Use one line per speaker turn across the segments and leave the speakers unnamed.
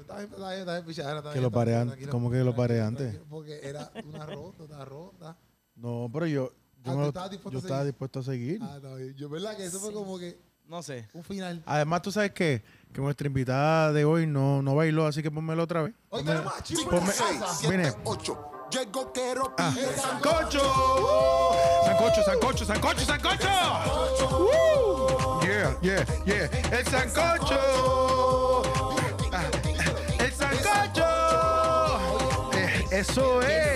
está bien, está bien, pichadera, está
Que
bien,
lo
está
pare
bien,
an-
tranquilo,
¿cómo que lo pare
tranquilo,
antes?
tranquilo, Porque era una ronda, una ronda.
No, pero yo, yo,
Ah,
me
¿tú
lo-
estabas dispuesto
yo
a
estaba
seguir?
dispuesto a seguir.
Ah, está bien. Yo, verdad que eso fue
Sí.
como que
No sé.
un final.
Además, tú sabes qué? que nuestra invitada de hoy no, no bailó, así que pónmelo otra vez.
Hoy
Ponme-
tenemos a Chico en
ponme-
casa.
Viene.
8. Llegó Quero
Ah.
pide
¡Sancocho! ¡Sancocho, sancocho, sancocho, sancocho! ¡Woo! Yeah, yeah, yeah. ¡El sancocho! Ah, ¡El sancocho! Eh, Eso es.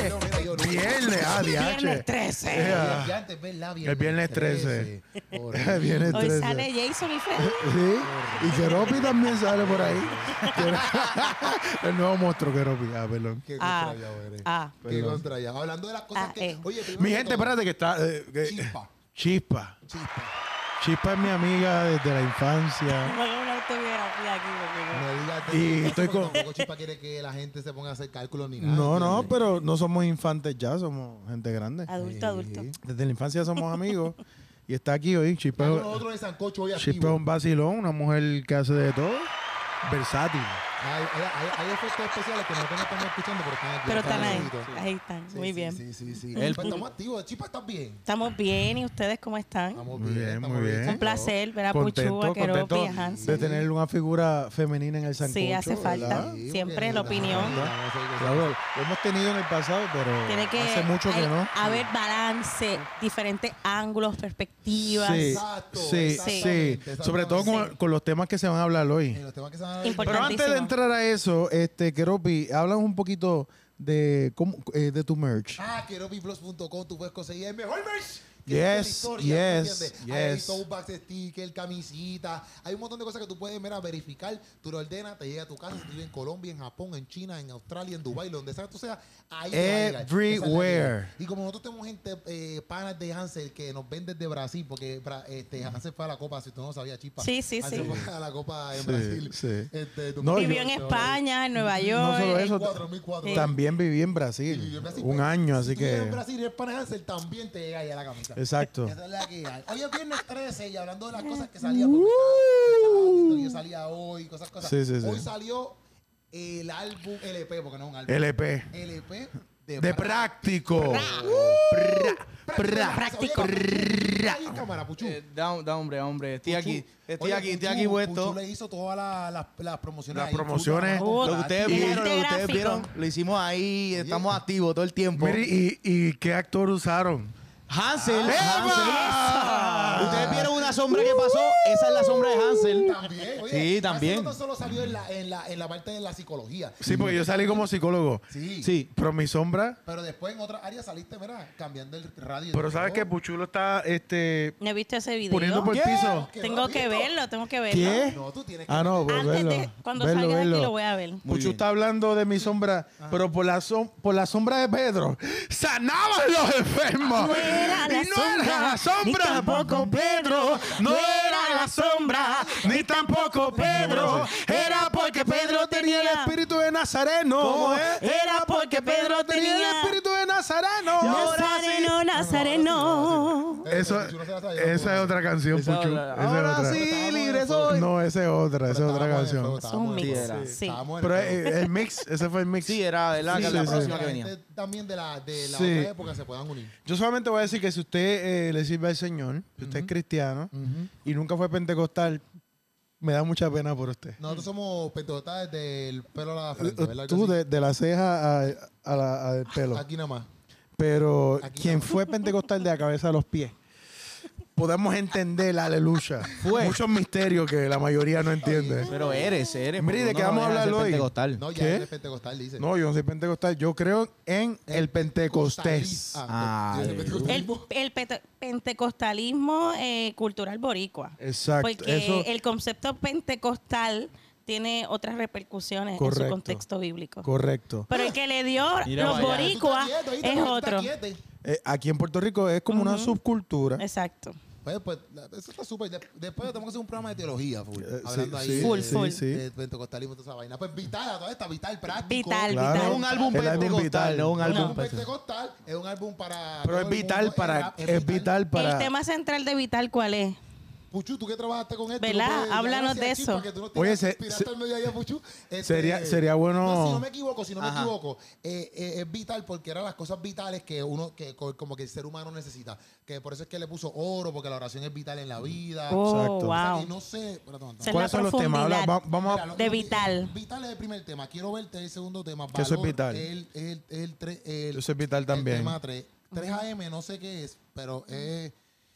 Viernes, ah,
Viernes
DH.
13.
Yeah.
Ya antes, ¿verdad?
El viernes 13.
Horrible.
Viernes
Hoy
13.
sale Jason y Freddy.
Sí, y Keropi también sale por ahí. El nuevo monstruo Keropi. Ah, perdón.
Qué
Ah,
contra ya, veré.
ah.
Qué contra ya. Hablando de las cosas
Ah,
que.
eh.
Oye, primero
Mi
que
gente,
todo,
espérate que está. eh, que-
Chispa,
Chispa.
chispa.
Chispa es mi amiga desde la infancia.
Voy a una autobiografía aquí porque
No digas
Y
eso,
estoy
porque
con-
Tampoco Chispa quiere que la gente se ponga a hacer cálculos ni nada.
No, no,
¿entiendes?
pero no somos infantes ya, somos gente grande.
adulto, adulto.
Sí.
Desde la infancia somos amigos y está aquí hoy. Chispa,
Está con
es-
nosotros en Sancocho hoy
Chispa es
activo.
un vacilón, una mujer que hace de todo. Versátil.
Hay, hay, hay, hay efectos especiales que nosotros no estamos escuchando, pero están aquí.
Pero están ahí,
seguiditos.
ahí están,
Sí,
muy
sí,
bien.
Sí, sí, sí.
El-
Pues estamos activos. Chispa, ¿estás bien?
Estamos bien, ¿y ustedes cómo están?
Estamos
Muy bien,
estamos
muy bien.
Un placer ver a
Contento,
Puchu, a Keropi,
contento
a Hansi.
de tener una figura femenina en el sancocho.
hace falta.
¿verdad?
Sí,
Siempre
porque-
la opinión.
Vamos a seguir-
Claro, lo hemos tenido en el pasado, pero
Tiene que
hace mucho que
hay-
no.
haber balance, diferentes ángulos, perspectivas.
Sí,
Exacto,
sí, sí.
exactamente,
Sobre todo con,
Sí.
con los temas que se van a hablar
En
hoy.
los temas que se van a dar-
Importante.
Pero antes de
Importantísimo.
entrar a eso, este, Keropi, háblanos un poquito de, cómo- eh, de tu merch.
Ah, queropiplus.com, tú puedes conseguir el mejor merch. que
Yes,
tiene la historia,
yes,
¿tú entiendes? Hay
yes.
tote bags, sticker, camisita. Hay un montón de cosas que tú puedes mira, verificar. Tú lo ordenas, te llega a tu casa. Si tú vives en Colombia, en Japón, en China, en Australia, en Dubái, donde sea que tú seas, ahí te va a llegar.
Everywhere.
Esa es la idea. Y como nosotros tenemos gente, eh, panas de Hansel que nos ven desde Brasil, porque bra- este,
Mm.
Hansel fue a la Copa, si tú no sabías, chispa.
Sí, sí,
Hansel
sí.
fue a la Copa en
Sí,
Brasil.
sí.
Este,
No,
Vivió en
2008,
España, en Nueva York.
solo eso,
2004, 2004.
También viví en
Y vivió
Brasil,
en Brasil,
un
pero
año,
si
así
tú vives
que...
en Brasil y eres pana de Hansel, también te llega ahí a la camisa.
Exacto.
Esa es la que hay. Hoy es viernes 13 y hablando de las cosas que salían. porque estaba- estaba diciendo que Yo salía hoy, cosas, cosas.
Sí, sí, sí.
Hoy salió el álbum LP, porque no es un álbum.
LP.
LP
De práctico. Pra, pra.
práctico. Ahí, cámara, Puchu.
Eh, da, da, hombre, hombre. Estoy
Puchu.
aquí, estoy
Oye,
aquí, estoy
Puchu-
aquí
Puchu
puesto.
le hizo todas las- las- las promociones.
Las
ahí, Puchu,
promociones.
trabajo
Oh,
gratis.
Lo que ustedes
Y
vieron,
el
lo que
Este
ustedes gráfico. vieron,
Lo hicimos ahí, estamos activos todo el tiempo.
Mire, ¿y, y qué actor usaron?
Hansel,
¡Eva!
Hansel. Ustedes vieron una sombra que pasó, esa es la sombra de Hansel.
También, oye,
Sí,
Hansel
también.
no solo salió en la, en, la, en la parte de la psicología.
Sí, porque yo salí como psicólogo.
Sí.
Sí.
Pero mi sombra...
Pero después en otras áreas saliste, mira, cambiando el radio.
Pero sabes que Puchulo está este,
No he visto ese video.
poniendo por el
¿Qué?
piso.
que no
Tengo
lo
que
he visto.
verlo, tengo que verlo.
¿Qué?
No, tú tienes que.
Ah, no, pues,
Antes
verlo,
de cuando
verlo,
salga de
verlo.
aquí lo voy a ver.
Muy
Puchu
bien.
está hablando de mi sombra, pero por la, som- por la sombra de Pedro, sanaban los enfermos.
No era la
y no era la
sombra,
sombra,
ni tampoco
Pedro. No
No
era
era
la sombra, ni tampoco Pedro. Era porque Pedro tenía el espíritu de Nazareno. ¿Eh?
¿Cómo es?
Era porque Pedro tenía el
tenía-
espíritu de Nazareno.
Nazareno, Nazareno.
Eso, esa es otra canción,
Esa
Puchu.
otra.
Esa es
Ahora
otra.
sí, libre soy.
No, esa es otra, esa es otra canción.
Es un mix.
era.
Sí.
Pero eh, el mix, ese fue el mix.
Sí, era ¿verdad?
Sí,
que
sí,
la
sí.
próxima
que
que venía.
También de la, de la
Sí.
otra época se puedan unir.
Yo solamente voy a decir que si usted eh, le sirve al Señor, si usted es cristiano y nunca fue pentecostal, me da mucha pena por usted. Eh,
Nosotros somos pentecostales del pelo a la frente, ¿verdad?
Tú,
Algo así.
de, de la ceja a, a la- al pelo.
Aquí nada más.
Pero
Aquí
quien
no.
fue pentecostal de la cabeza a los pies, podemos entender, aleluya, muchos misterios que la mayoría no entiende.
Pero eres, eres.
Mire, ¿de
porque
qué
uno
vamos a
deja
hablar
ser
hoy?
pentecostal.
No,
¿Qué?
ya él es pentecostal, dice.
No, yo no soy pentecostal, yo creo en el pentecostés.
Ah,
Ah,
yo- yo-
El, el pete- pentecostalismo eh, cultural boricua.
Exacto.
Porque
eso-
el concepto pentecostal tiene otras repercusiones en
Correcto.
su contexto bíblico.
Correcto.
Pero el que le dio
Mira
los
vaya.
boricuas
Tú estás quieto, ahí,
es
tú estás
otro.
quieto.
Eh, aquí en Puerto Rico es como una subcultura.
Exacto.
Pues, pues, la- eso está súper. De- Después tenemos que hacer un programa de teología, full.
Eh,
hablando
sí,
ahí
sí,
de,
Full, full.
sí.
de pentecostalismo y toda esa vaina. Pues vital, a toda esta vital práctico.
Vital,
Claro.
vital.
No es un álbum
El álbum
pentecostal,
vital.
no es un
Un álbum
álbum pentecostal.
pentecostal es un álbum para.
Pero
todo
es
el
vital
mundo,
para.
rap,
Es vital
El
para.
tema central de Vital, ¿cuál es?
Puchu, tú que trabajaste con él. tú
¿Verdad?
puedes- ya
Háblanos
gracias,
de
Chispa,
eso.
que tú no
Oye,
tiraste-
se-
tiraste
se-
al mediodía, Puchu. Este,
sería- sería bueno-
no, si no me equivoco, si no me
Ajá.
equivoco, eh, eh, es vital porque eran las cosas vitales que uno, que co- como que el ser humano necesita. Que por eso es que le puso oro, porque la oración es vital en la vida.
Oh,
Exacto.
O sea, que
wow.
no sé. espérate un momento.
Se- en
¿Cuáles
la
son los temas? Habla- va- vamos
Mira,
a...
lo-
De
lo que-
vital.
Vital es el primer tema. Quiero verte el segundo tema.
Que eso es
Valor,
vital.
El, el, el, tre- el-
Eso es vital
el
también.
Este tema 3. 3 AM, no sé qué es, pero es. eh,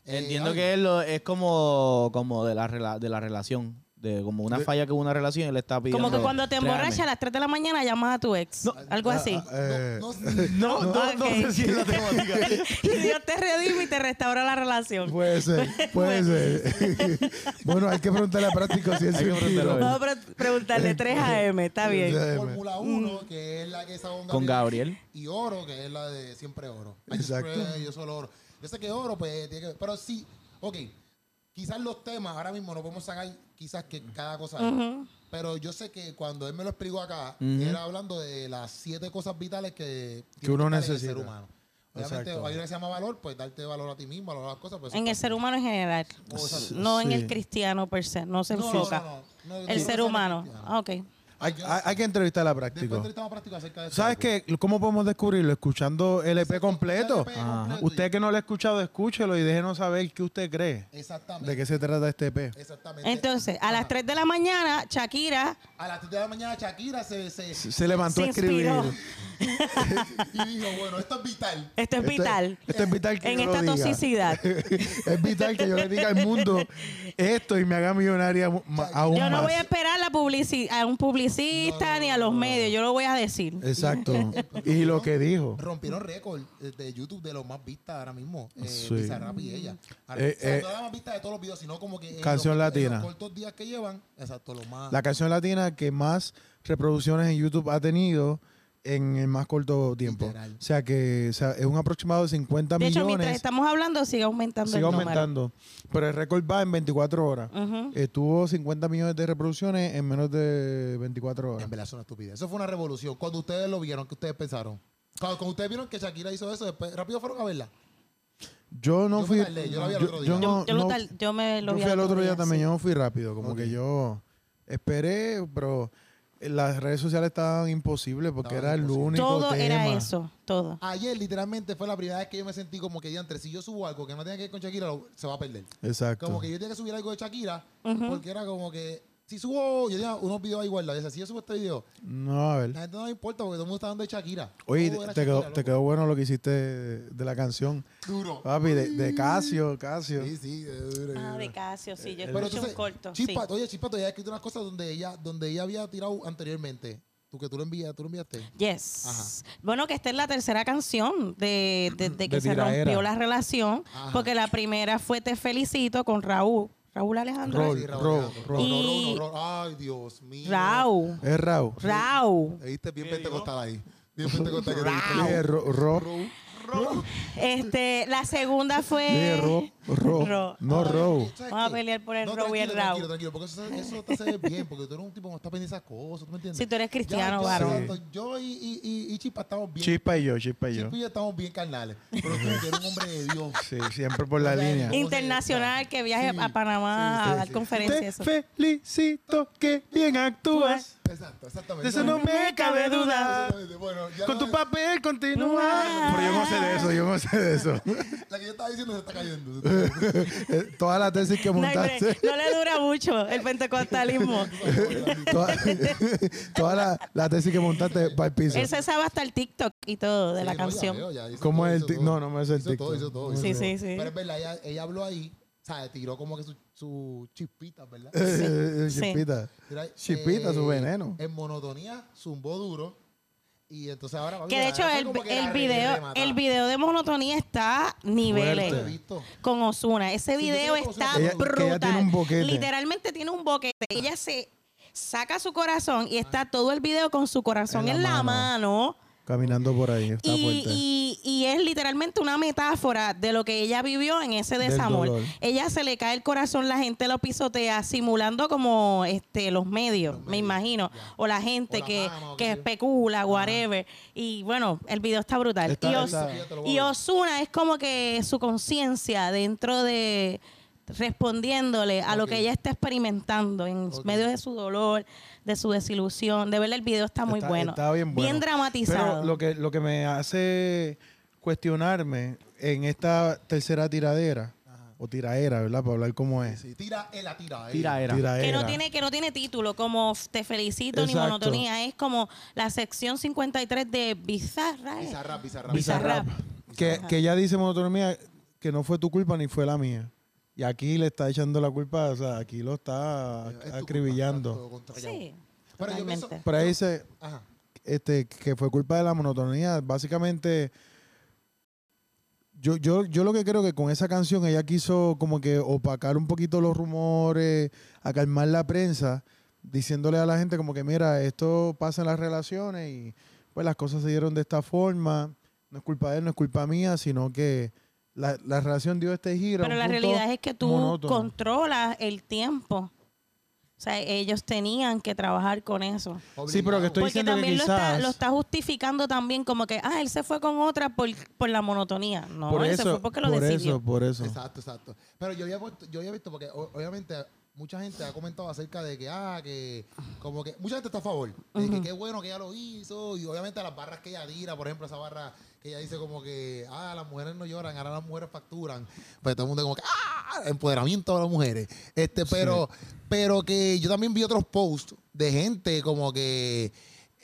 Entiendo que es, lo- es como, como de, la rela- de la relación. De como una falla que hubo en una relación y él está pidiendo.
Como que cuando te
tráeme.
emborrachas a las 3 de la mañana llamas a tu ex. Algo así.
Ah,
Eh,
No, no,
No, no, no
Ok.
sé si es la temática.
Y Dios te redime y te restaura la relación.
Puede ser, puede ser. bueno, hay que preguntarle a práctico si es
Hay que
un
preguntarle a
tiro.
Vamos a pre- preguntarle 3 AM, está bien.
Eh,
Fórmula
Mm.
1, que es la que es onda.
Con Gabriel.
Y oro, que es la de siempre oro. Ay,
Exacto.
siempre, yo solo oro. Yo sé que oro, pues, tiene que- pero sí, ok. Quizás los temas, ahora mismo no podemos sacar quizás que cada cosa. es. Pero yo sé que cuando él me lo explicó acá, era hablando de las siete cosas vitales que, tiene
uno
que estar en
necesita.
el ser humano. Obviamente,
Exacto.
hay una que se llama valor, pues darte valor a ti mismo, valor a las cosas. Pues,
En el ser humano en general.
Cosas-
No en
Sí.
el cristiano per se, no se enfoca.
no, no, no,
El
yo
ser
no soy
humano.
cristiano.
Ah, ok.
Hay, hay- hay que entrevistar a
Después
práctico.
estamos practicando acerca de eso.
¿Sabes qué? ¿Cómo podemos descubrirlo? Escuchando LP E completo.
LP completo y-
Usted que no lo ha escuchado, escúchelo y déjenos saber qué usted cree.
Exactamente.
¿De qué se trata este EP?
Exactamente.
Entonces, a las
Ajá.
3 de la mañana, Shakira
A las 3 de la mañana Shakira se, se
Se levantó
se
a escribir.
inspiró.
y dijo, bueno, esto es vital.
Esto es
Esto es-
vital.
esto Este, es vital que
En
yo lo
esta
diga.
toxicidad.
es vital que yo le diga al mundo esto y me haga millonaria mu- ma- aún
Yo no
más.
voy a esperar la publici- a un publicista ni a los medios. Yo lo voy a decir.
Exacto. y lo que dijo.
Rompieron récord eh, de YouTube de los más vistas ahora mismo. Eh,
Sí.
Bizarrap y ella. Ahora,
Eh,
o sea,
eh,
no la más vista de todos los videos, sino como que. en
Canción
los-
latina.
En los cortos días que llevan, exacto, los más.
La canción latina que más reproducciones en YouTube ha tenido en el más corto tiempo.
Literal.
O sea que o sea, es un aproximado de 50
De hecho, mientras
millones.
estamos hablando, sigue aumentando
Sigue
el
aumentando. Pero el récord va en 24 horas.
número. Ujú.
Eh, tuvo 50 millones de reproducciones en menos de 24 horas.
En verdad, es una estupidez. Eso fue una revolución. Cuando ustedes lo vieron, ¿qué ustedes pensaron? Cuando, cuando ustedes vieron que Shakira hizo eso, después rápido fueron a verla.
Yo no
Yo me
fui.
tardé, yo la vi al otro día.
no-
yo, lo
no-
tal- yo me lo
yo
vi
fui al
al
otro día también,
sí.
yo no fui rápido, como
Ok.
que yo esperé, pero las redes sociales estaban imposibles porque
Estaban
era el
imposibles.
único
Todo era
tema.
eso, todo.
Ayer, literalmente, fue la primera vez que yo me sentí como que, entre si yo subo algo que no tenga que ver con Shakira, lo- se va a perder.
Exacto.
Como que yo tenía que subir algo de Shakira, porque era como que, si subo, yo tenía unos videos ahí guardados, y decía, si yo subo este video,
No, a ver.
la gente no le importa porque todo el mundo está dando de Shakira.
Oye,
Todo era
te, te quedó,
Shakira,
te
loco.
quedó bueno lo que hiciste de, de la canción.
duro.
Papi, de, de Casio, Casio.
Sí, sí, de duro.
Ah, de Casio, sí,
Eh,
yo escuché un
entonces,
corto. sí.
Chispa, Oye, Chispa, ya ha escrito unas cosas donde ella, donde ella había tirado anteriormente. Tú que tú lo envías, tú lo enviaste.
Yes. Bueno, que esta es la tercera canción de, de- de que
De
se
tiraera.
rompió la relación,
Ajá.
porque la primera fue Te Felicito con Raúl, Raúl Alejandro.
Rol,
Sí, Raúl,
rol,
Raúl,
rol.
Raúl,
Y-
Raúl, Raúl. Ay, Dios mío.
Raúl,
Es Rao.
Raúl.
Ahí está bien pentecostal ahí. Bien pentecostal que te dije.
Dije Ro, Ro.
Este, la segunda
Dije
fue
Ro, Ro.
Ro.
No, Ro.
¿Sabes
Vamos a
qué?
pelear por el
no,
Raúl y el
tranquilo, tranquilo,
Raúl.
tranquilo, porque eso, se- eso te hace bien, porque tú eres un tipo que no está pendiente de esas cosas, ¿tú me entiendes?
Si tú eres cristiano,
yo,
varón.
tanto Yo y, y, y, y Chispa estamos bien.
Chispa y yo, Chispa y yo.
Chispa y yo estamos bien carnales, pero tú eres un hombre de Dios.
Sí, siempre por la
O sea,
línea.
y-
Internacional que viaje
Sí,
a Panamá
sí, sí,
a dar
sí.
conferencias.
Te
eso. Pues,
felicito que bien actúas.
Exacto, exactamente.
De eso no me cabe duda.
Exactamente, Bueno,
pues,
ya
Con
lo-
tu papel continúa. Pero yo no sé de eso, yo no sé de eso.
La que yo estaba diciendo se está cayendo. se está cayendo.
Eh, Toda la tesis que
No, hombre,
montaste.
no le dura mucho el pentecostalismo.
Toda, toda la, la tesis que montaste para el piso.
Él se sabe hasta el TikTok y todo de la
Sí, no, ya
canción.
veo, ya hizo
¿Cómo
todo,
es el
hizo
tic-
todo.
No, no me hace el
Hizo todo,
TikTok.
hizo todo, hizo
Sí,
todo.
sí, sí.
Pero es verdad, ella, ella habló ahí, o sea, tiró como que su, su chispita, ¿verdad?
Eh,
Sí.
Chispita.
Mira, eh,
Chispita, su veneno.
En monotonía, zumbó duro. Y entonces ahora va
Que de hecho el, el video, el video de monotonía está niveles.
Fuerte.
Con Osuna. Ese
Sí, yo
video
creo que Ozuna-
está
Ella- que ella
brutal.
tiene un boquete.
Literalmente tiene un boquete. Ella se saca su corazón y está todo el video con su corazón en, la mano.
Caminando por ahí. Está
Y,
fuerte.
y- y es literalmente una metáfora de lo que ella vivió en ese
Del
desamor.
dolor.
Ella se le cae el corazón, la gente lo pisotea, simulando como este los medios, me imagino, o la gente
O la
que,
mama, o qué
que
sé yo.
especula, whatever. Y bueno, el video está brutal.
Está-
y, Os-
está-
y Ozuna es como que su conciencia dentro de, respondiéndole a lo
Ok.
que ella está experimentando en
Ok.
medio de su dolor, de su desilusión. De verdad, el video está muy
Está-
bueno.
está bien bueno.
dramatizado.
Pero lo que, lo que me hace cuestionarme en esta tercera tiradera, o tiraera, ¿verdad? Para hablar cómo es.
Sí, tira el la tira. eh.
Tira era.
Tiraera.
que no tiene que no tiene título como f- te felicito ni
Exacto.
monotonía es como la sección 53 de bizarra ¿eh?
Bizarrap, bizarrap.
Bizarrap.
Que, que ella dice monotonía que no fue tu culpa ni fue la mía. Y aquí le está echando la culpa, o sea, aquí lo está
Es tu culpa,
acribillando.
tanto contra
sí
Pero yo pienso-
totalmente.
Por ahí dice
Ajá.
este, que fue culpa de la monotonía. Básicamente, yo, yo, yo lo que creo que con esa canción ella quiso como que opacar un poquito los rumores, acalmar la prensa, diciéndole a la gente como que mira, esto pasa en las relaciones y pues las cosas se dieron de esta forma. No es culpa de él, no es culpa mía, sino que la, la relación dio este giro. a
pero
un
la
punto
realidad es que tú
monótono.
controlas el tiempo o sea ellos tenían que trabajar con eso
Sí, pero que estoy-
Obligado.
porque
diciendo que
también lo, está,
quizás-
lo está justificando también como que ah él se fue con otra por, por la monotonía no
Por
él se
eso,
fue porque lo
por
decidió
eso, por eso.
Exacto, exacto. Pero yo había, puesto- yo había visto, porque o- obviamente mucha gente ha comentado acerca de que, ah, que como que mucha gente está a favor. De que qué bueno que ella lo hizo. Y obviamente las barras que ella tira, por ejemplo, esa barra que ella dice como que, ah, las mujeres no lloran, ahora las mujeres facturan. Pues todo el mundo como que, ah, empoderamiento de las mujeres. Este, pero, pero que yo también vi otros posts de gente como que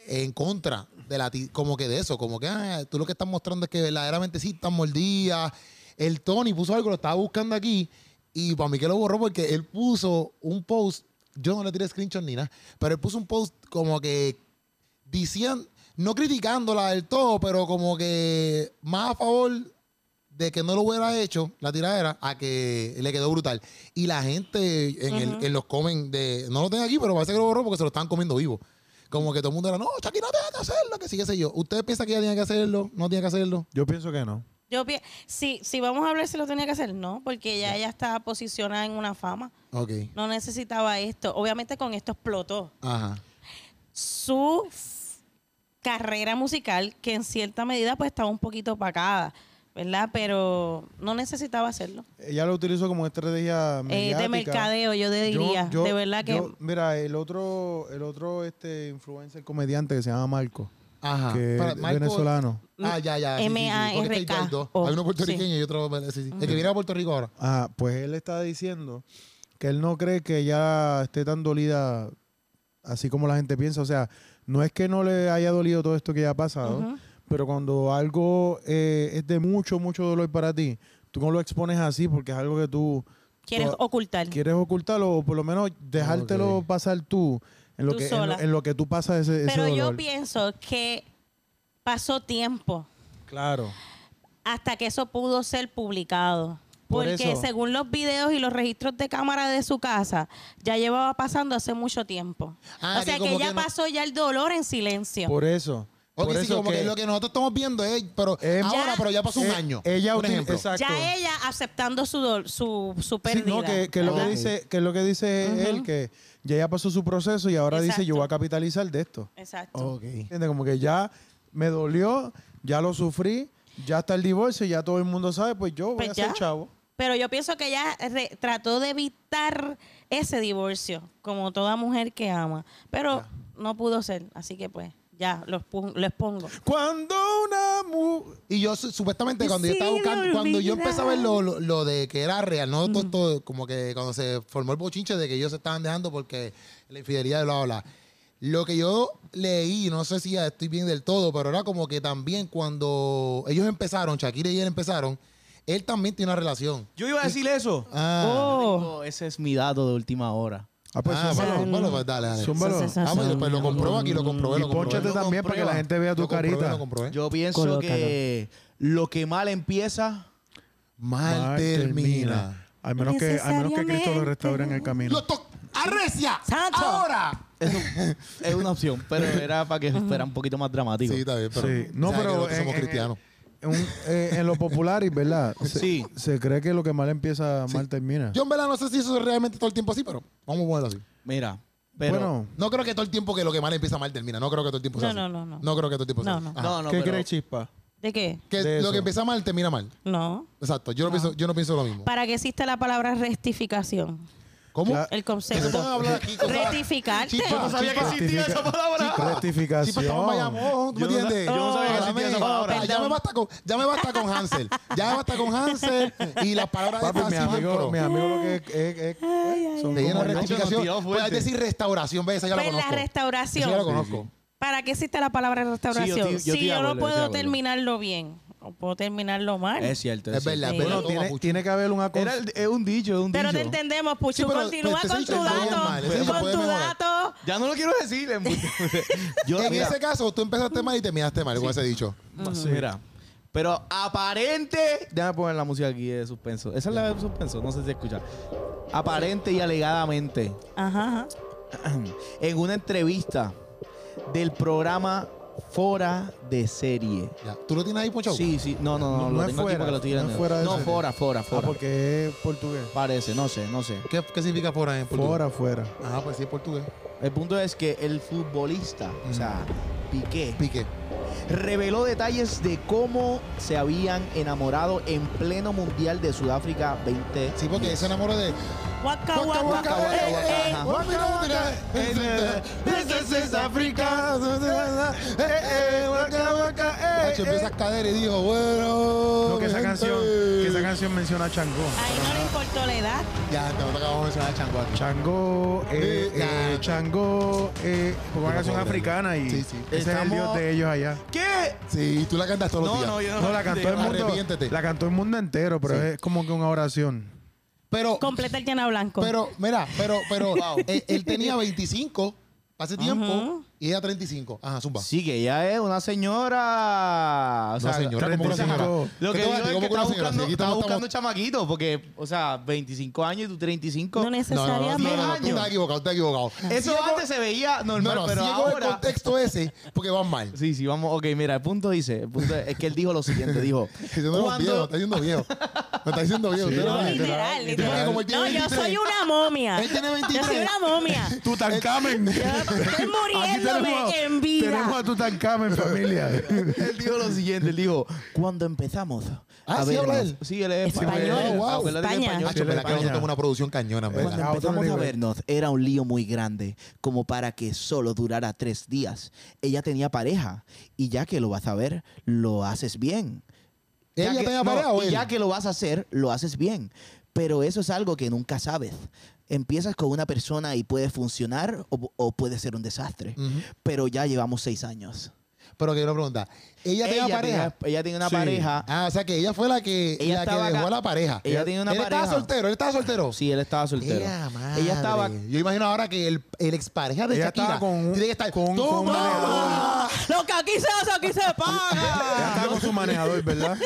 en contra de la ti- como que de eso, como que ah, tú lo que estás mostrando es que verdaderamente sí están mordidas. El Tony puso algo, lo estaba buscando aquí y para mí que lo borró porque él puso un post, yo no le tiré screenshot ni nada, pero él puso un post como que diciendo, no criticándola del todo, pero como que más a favor de que no lo hubiera hecho la tiradera a que le quedó brutal. Y la gente en, el- en los comen de, no lo tengo aquí, pero parece que lo borró porque se lo estaban comiendo vivo. Como que todo el mundo era, no, Chucky no tenía que hacerlo, que sí, qué sé yo. ¿Ustedes piensan que ella tenía que hacerlo? ¿No tenía que hacerlo?
Yo pienso que no.
yo pi- si si vamos a hablar si lo tenía que hacer no porque ya ella estaba posicionada en una fama
Ok.
no necesitaba esto obviamente con esto explotó
Ajá.
su f- carrera musical, que en cierta medida pues estaba un poquito opacada, ¿verdad? Pero no necesitaba hacerlo.
Ella lo utilizó como estrategia
Eh, de
mediática.
mercadeo, yo te
Yo-
diría.
yo-
de verdad que
yo- mira, el otro, el otro este influencer comediante que se llama Marco,
Ajá.
que
Para-
es
Marco-
venezolano.
Ah, ya, ya. sí, sí, sí, porque es que
M.A.R.K..
hay dos.
Oh,
Hay uno puertorriqueño y otro. sí, sí. El que viene a Puerto Rico ahora.
Ah, pues él está diciendo que él no cree que ella esté tan dolida así como la gente piensa. O sea, no es que no le haya dolido todo esto que ya ha pasado,
Ujú.
pero cuando algo eh, es de mucho, mucho dolor para ti, tú no lo expones así porque es algo que tú
quieres
to-
ocultar.
quieres ocultarlo o por lo menos dejártelo
Ok.
pasar tú en lo,
Tú
que, en,
sola.
lo, en lo que tú pasas ese, ese
Pero
dolor.
yo pienso que pasó tiempo
Claro.
hasta que eso pudo ser publicado.
Por
Porque
eso.
según los videos y los registros de cámara de su casa, ya llevaba pasando hace mucho tiempo.
Ah,
o sea
que
que,
como
ella
que no-
pasó ya el dolor en silencio.
Por eso.
Ok,
por
sí,
eso
como que,
que-
lo que nosotros estamos viendo es. Pero
Em-
ahora,
Ya-
pero ya pasó un
eh,
año.
Ella
un
utiliza-
ejemplo.
Pues, exacto.
Ya ella aceptando su, dol- su, su
Sí,
pérdida.
no, que, que lo que
Ah.
dice, que lo que dice es él, que ya ya pasó su proceso y ahora dice yo voy a
Exacto.
capitalizar de esto.
Exacto.
Oh.
Ok.
¿Entiendes? Como que ya me dolió, ya lo sufrí, ya está el divorcio, ya todo el mundo sabe, pues yo voy
Pues
a
ya.
ser chavo.
Pero yo pienso que ella re- trató de evitar ese divorcio, como toda mujer que ama. Pero no pudo ser, así que pues ya, los pu- lo expongo.
Cuando una mujer
Y yo su- supuestamente cuando yo
Sí,
estaba buscando,
lo
cuando yo
olvidaba.
empecé a ver lo, lo, lo de que era real, no
Mm.
todo, todo, como que cuando se formó el bochinche de que ellos se estaban dejando porque la infidelidad lo habla. Lo que yo leí, no sé si ya estoy bien del todo, pero era como que también cuando ellos empezaron, Shakira y él empezaron, él también tiene una relación.
Yo iba a decir eso.
Ah,
Oh.
Digo, ese es mi dato de última hora.
Ah, pues
ah,
zúmbalo.
bueno, bueno, pues dale, dale.
Zúmbalo.
Sa, sa, sa,
Vamos,
sa.
después pues lo compruebo aquí, lo compruebo.
Y
lo comprobé.
pónchate
Lo
también para que la
comprueba.
gente vea tu
Lo comprobé,
carita.
Lo ¿eh? comprobé.
Yo pienso
Colócalo.
que lo que mal empieza,
Mal,
Mal
termina.
Al menos que, al menos que Cristo lo restaure en el camino.
Lo to- ¡Arrecia!
Santo.
¡Ahora!
es, un- es una opción, pero era para que fuera un poquito más dramático.
Sí, está bien, pero.
Sí. No,
¿sabes que
pero
nosotros
en-
somos
en-
cristianos.
En, un- eh, en lo popular, y, ¿verdad? Se,
Sí.
se cree que lo que mal empieza, mal termina.
Yo en verdad no sé si eso es realmente todo el tiempo así, pero vamos a ponerlo así.
Mira, pero...
bueno,
No creo que todo el tiempo que lo que mal empieza mal termina. No creo que todo el tiempo sea
No,
así.
no, no, no.
No creo que todo el tiempo sea
No,
así.
no.
Ajá.
no, no,
ah, ¿qué
pero-
crees, Chispa?
¿De qué?
Que
De
lo
eso.
que empieza mal termina mal.
No.
Exacto. Yo no,
No.
Pienso, yo no pienso lo mismo.
¿Para qué existe la palabra rectificación?
¿Cómo?
Claro.
El
Que se pongan a
concepto.
hablar aquí cosas-
Rectificarte.
Chispa,
no sabía que
chispa.
existía esa palabra.
Sí, pues, estamos en
Rectificación.
Bayamón, ¿tú me
Yo no-
entiendes?
yo no sabía que
Háblame.
existía esa palabra.
Ya me, basta con, ya me basta con Hansel. Ya me basta con Hansel y las palabras
Papi,
estas
mi
sin
amigo,
coro.
mi amigo lo que es, es- es- son
Te llena
como
de
Nacho nos
rectificación.
tiró
Pues,
fuerte.
es decir, restauración. ¿Ves? Esa ya la
Pues la
conozco. Esa
restauración.
ya la conozco.
¿Para qué existe la palabra
Sí, yo
restauración?
estoy- yo
si
estoy de
yo no
acuerdo, yo estoy de
puedo
acuerdo.
terminarlo bien, o puedo terminarlo mal.
Es cierto.
Es verdad,
Sí.
es verdad.
Bueno,
Bueno,
Toma,
tiene,
Pucho.
tiene que haber un acon-
Era el- es un dicho, es un
Pero te
dicho.
entendemos, Puchu.
Sí, pero,
continúa
pues, te
con
estoy
tu
entendiendo
dato.
mal, ese se
con
puede
tu
mejorar.
dato.
Ya no lo quiero decir. en- Yo,
En
mira,
ese caso, tú empezaste mal y terminaste mal, como se ha dicho.
sí. mira. Pero aparente. Déjame poner la música aquí de suspenso. Esa es la de suspenso, no sé si escuchar. Aparente y alegadamente.
Ajá, ajá.
en una entrevista del programa Fora de Serie.
Ya. ¿Tú lo tienes ahí, Poncho?
Sí, sí, no, no, no,
No
lo
es
tengo
fuera,
aquí porque lo estoy
no
leyendo.
es fuera de
No,
serie.
fora, fora,
Ah,
fora.
porque es portugués.
Parece, no sé, no sé.
¿Qué, ¿Qué significa fuera en portugués?
Fuera, fuera.
Ajá, pues sí, es portugués.
El punto es que el futbolista, o sea,
Mm.
Piqué,
Pique.
reveló detalles de cómo se habían enamorado en pleno Mundial de Sudáfrica 20.
Sí, porque se enamoró de...
Guaca,
Waka,
guaca,
waka,
waka,
eh,
waka,
eh,
ajá.
waka, waka, eh, eh,
This is Africa.
Nacho empieza a caer y dijo, bueno...
No, que esa
gente.
canción, que esa canción menciona a Changó.
Ahí no le importó la edad.
Ya, te acabamos de mencionar a Chango aquí.
Changó, eh,
Sí, ya.
eh, Changó, eh, porque una
No
canción
puedo creerlo.
africana y
Sí, sí.
ese es el
Estamos-
dios de ellos allá.
¿Qué?
Sí, tú la cantas todos los
No,
días.
no, yo no.
No, la cantó el mundo,
Arrepiéntete.
la cantó el mundo entero, pero
Sí.
es como que una oración.
Pero,
Completa el llena blanco.
pero, mira, pero, pero, él, él tenía 25 hace tiempo
Ajá.
y ella 35. Ajá, zumba.
Sí, que ella es una señora. O
No, señora, como una
35.
señora.
Lo
¿Qué
que
te va
digo
a
es
decir?
que
¿Cómo
está
una señora?
buscando,
Si aquí
está
estamos-
buscando chamaquito, porque, o sea, 25 años y tú 35.
no
No, no, no, no, no, tú
necesariamente.
estás equivocado, tú estás equivocado.
Eso antes se veía
No,
normal,
no,
pero
si llegó el
ahora...
contexto ese, porque van mal.
Sí, sí, vamos. Ok, mira, el punto dice, el punto es que él dijo lo siguiente, dijo...
Si no, no, viejo,
cuando,
está diciendo viejo. Me está diciendo viejo. usted
no,
va-
Literal,
Porque como
literal.
él tiene
No, yo
23,
soy una momia.
Él tiene
Yo
23.
soy una momia.
Tutankamen.
Yo Estoy muriéndome en
Tenemos a
vida.
Tutankamen, familia.
él dijo lo siguiente, él dijo, cuando empezamos
Ah,
a
¿sí
vernos-"
habla él? Oh,
Sí, él es
Español.
Ah,
Wow.
acuérdate que es
España.
español.
Nacho,
Sí,
pero
la
acá
caña.
nosotros una producción cañona, pues. en
Bueno,
¿verdad?
a otro
Empezamos a
nivel.
vernos, era un lío muy grande, como para que solo durara tres días. Ella tenía pareja, y ya que lo vas a ver, lo haces bien. Ya
¿Ella
que-
tenía
no,
pareja o
y
él?
ya que lo vas a hacer, lo haces bien. Pero eso es algo que nunca sabes. Empiezas con una persona y puede funcionar o, o puede ser un desastre.
Ujú.
Pero ya llevamos seis años.
Pero que una pregunta. ¿Ella tenía pareja?
tenía- ella tenía una
Sí.
pareja.
Ah, o sea que ella fue la que,
Ella
la que
estaba
dejó
acá.
a la pareja.
Ella tenía una
él
pareja.
estaba soltero, él estaba soltero.
Sí, él estaba soltero.
Ella,
Ella estaba
Yo imagino ahora que el, el expareja de
Ella
Shakira
estaba con un-
tiene que estar
con- con
¡Toma!
un manejador.
Lo que aquí se hace, aquí se
Ya
paga.
está con su manejador, ¿verdad?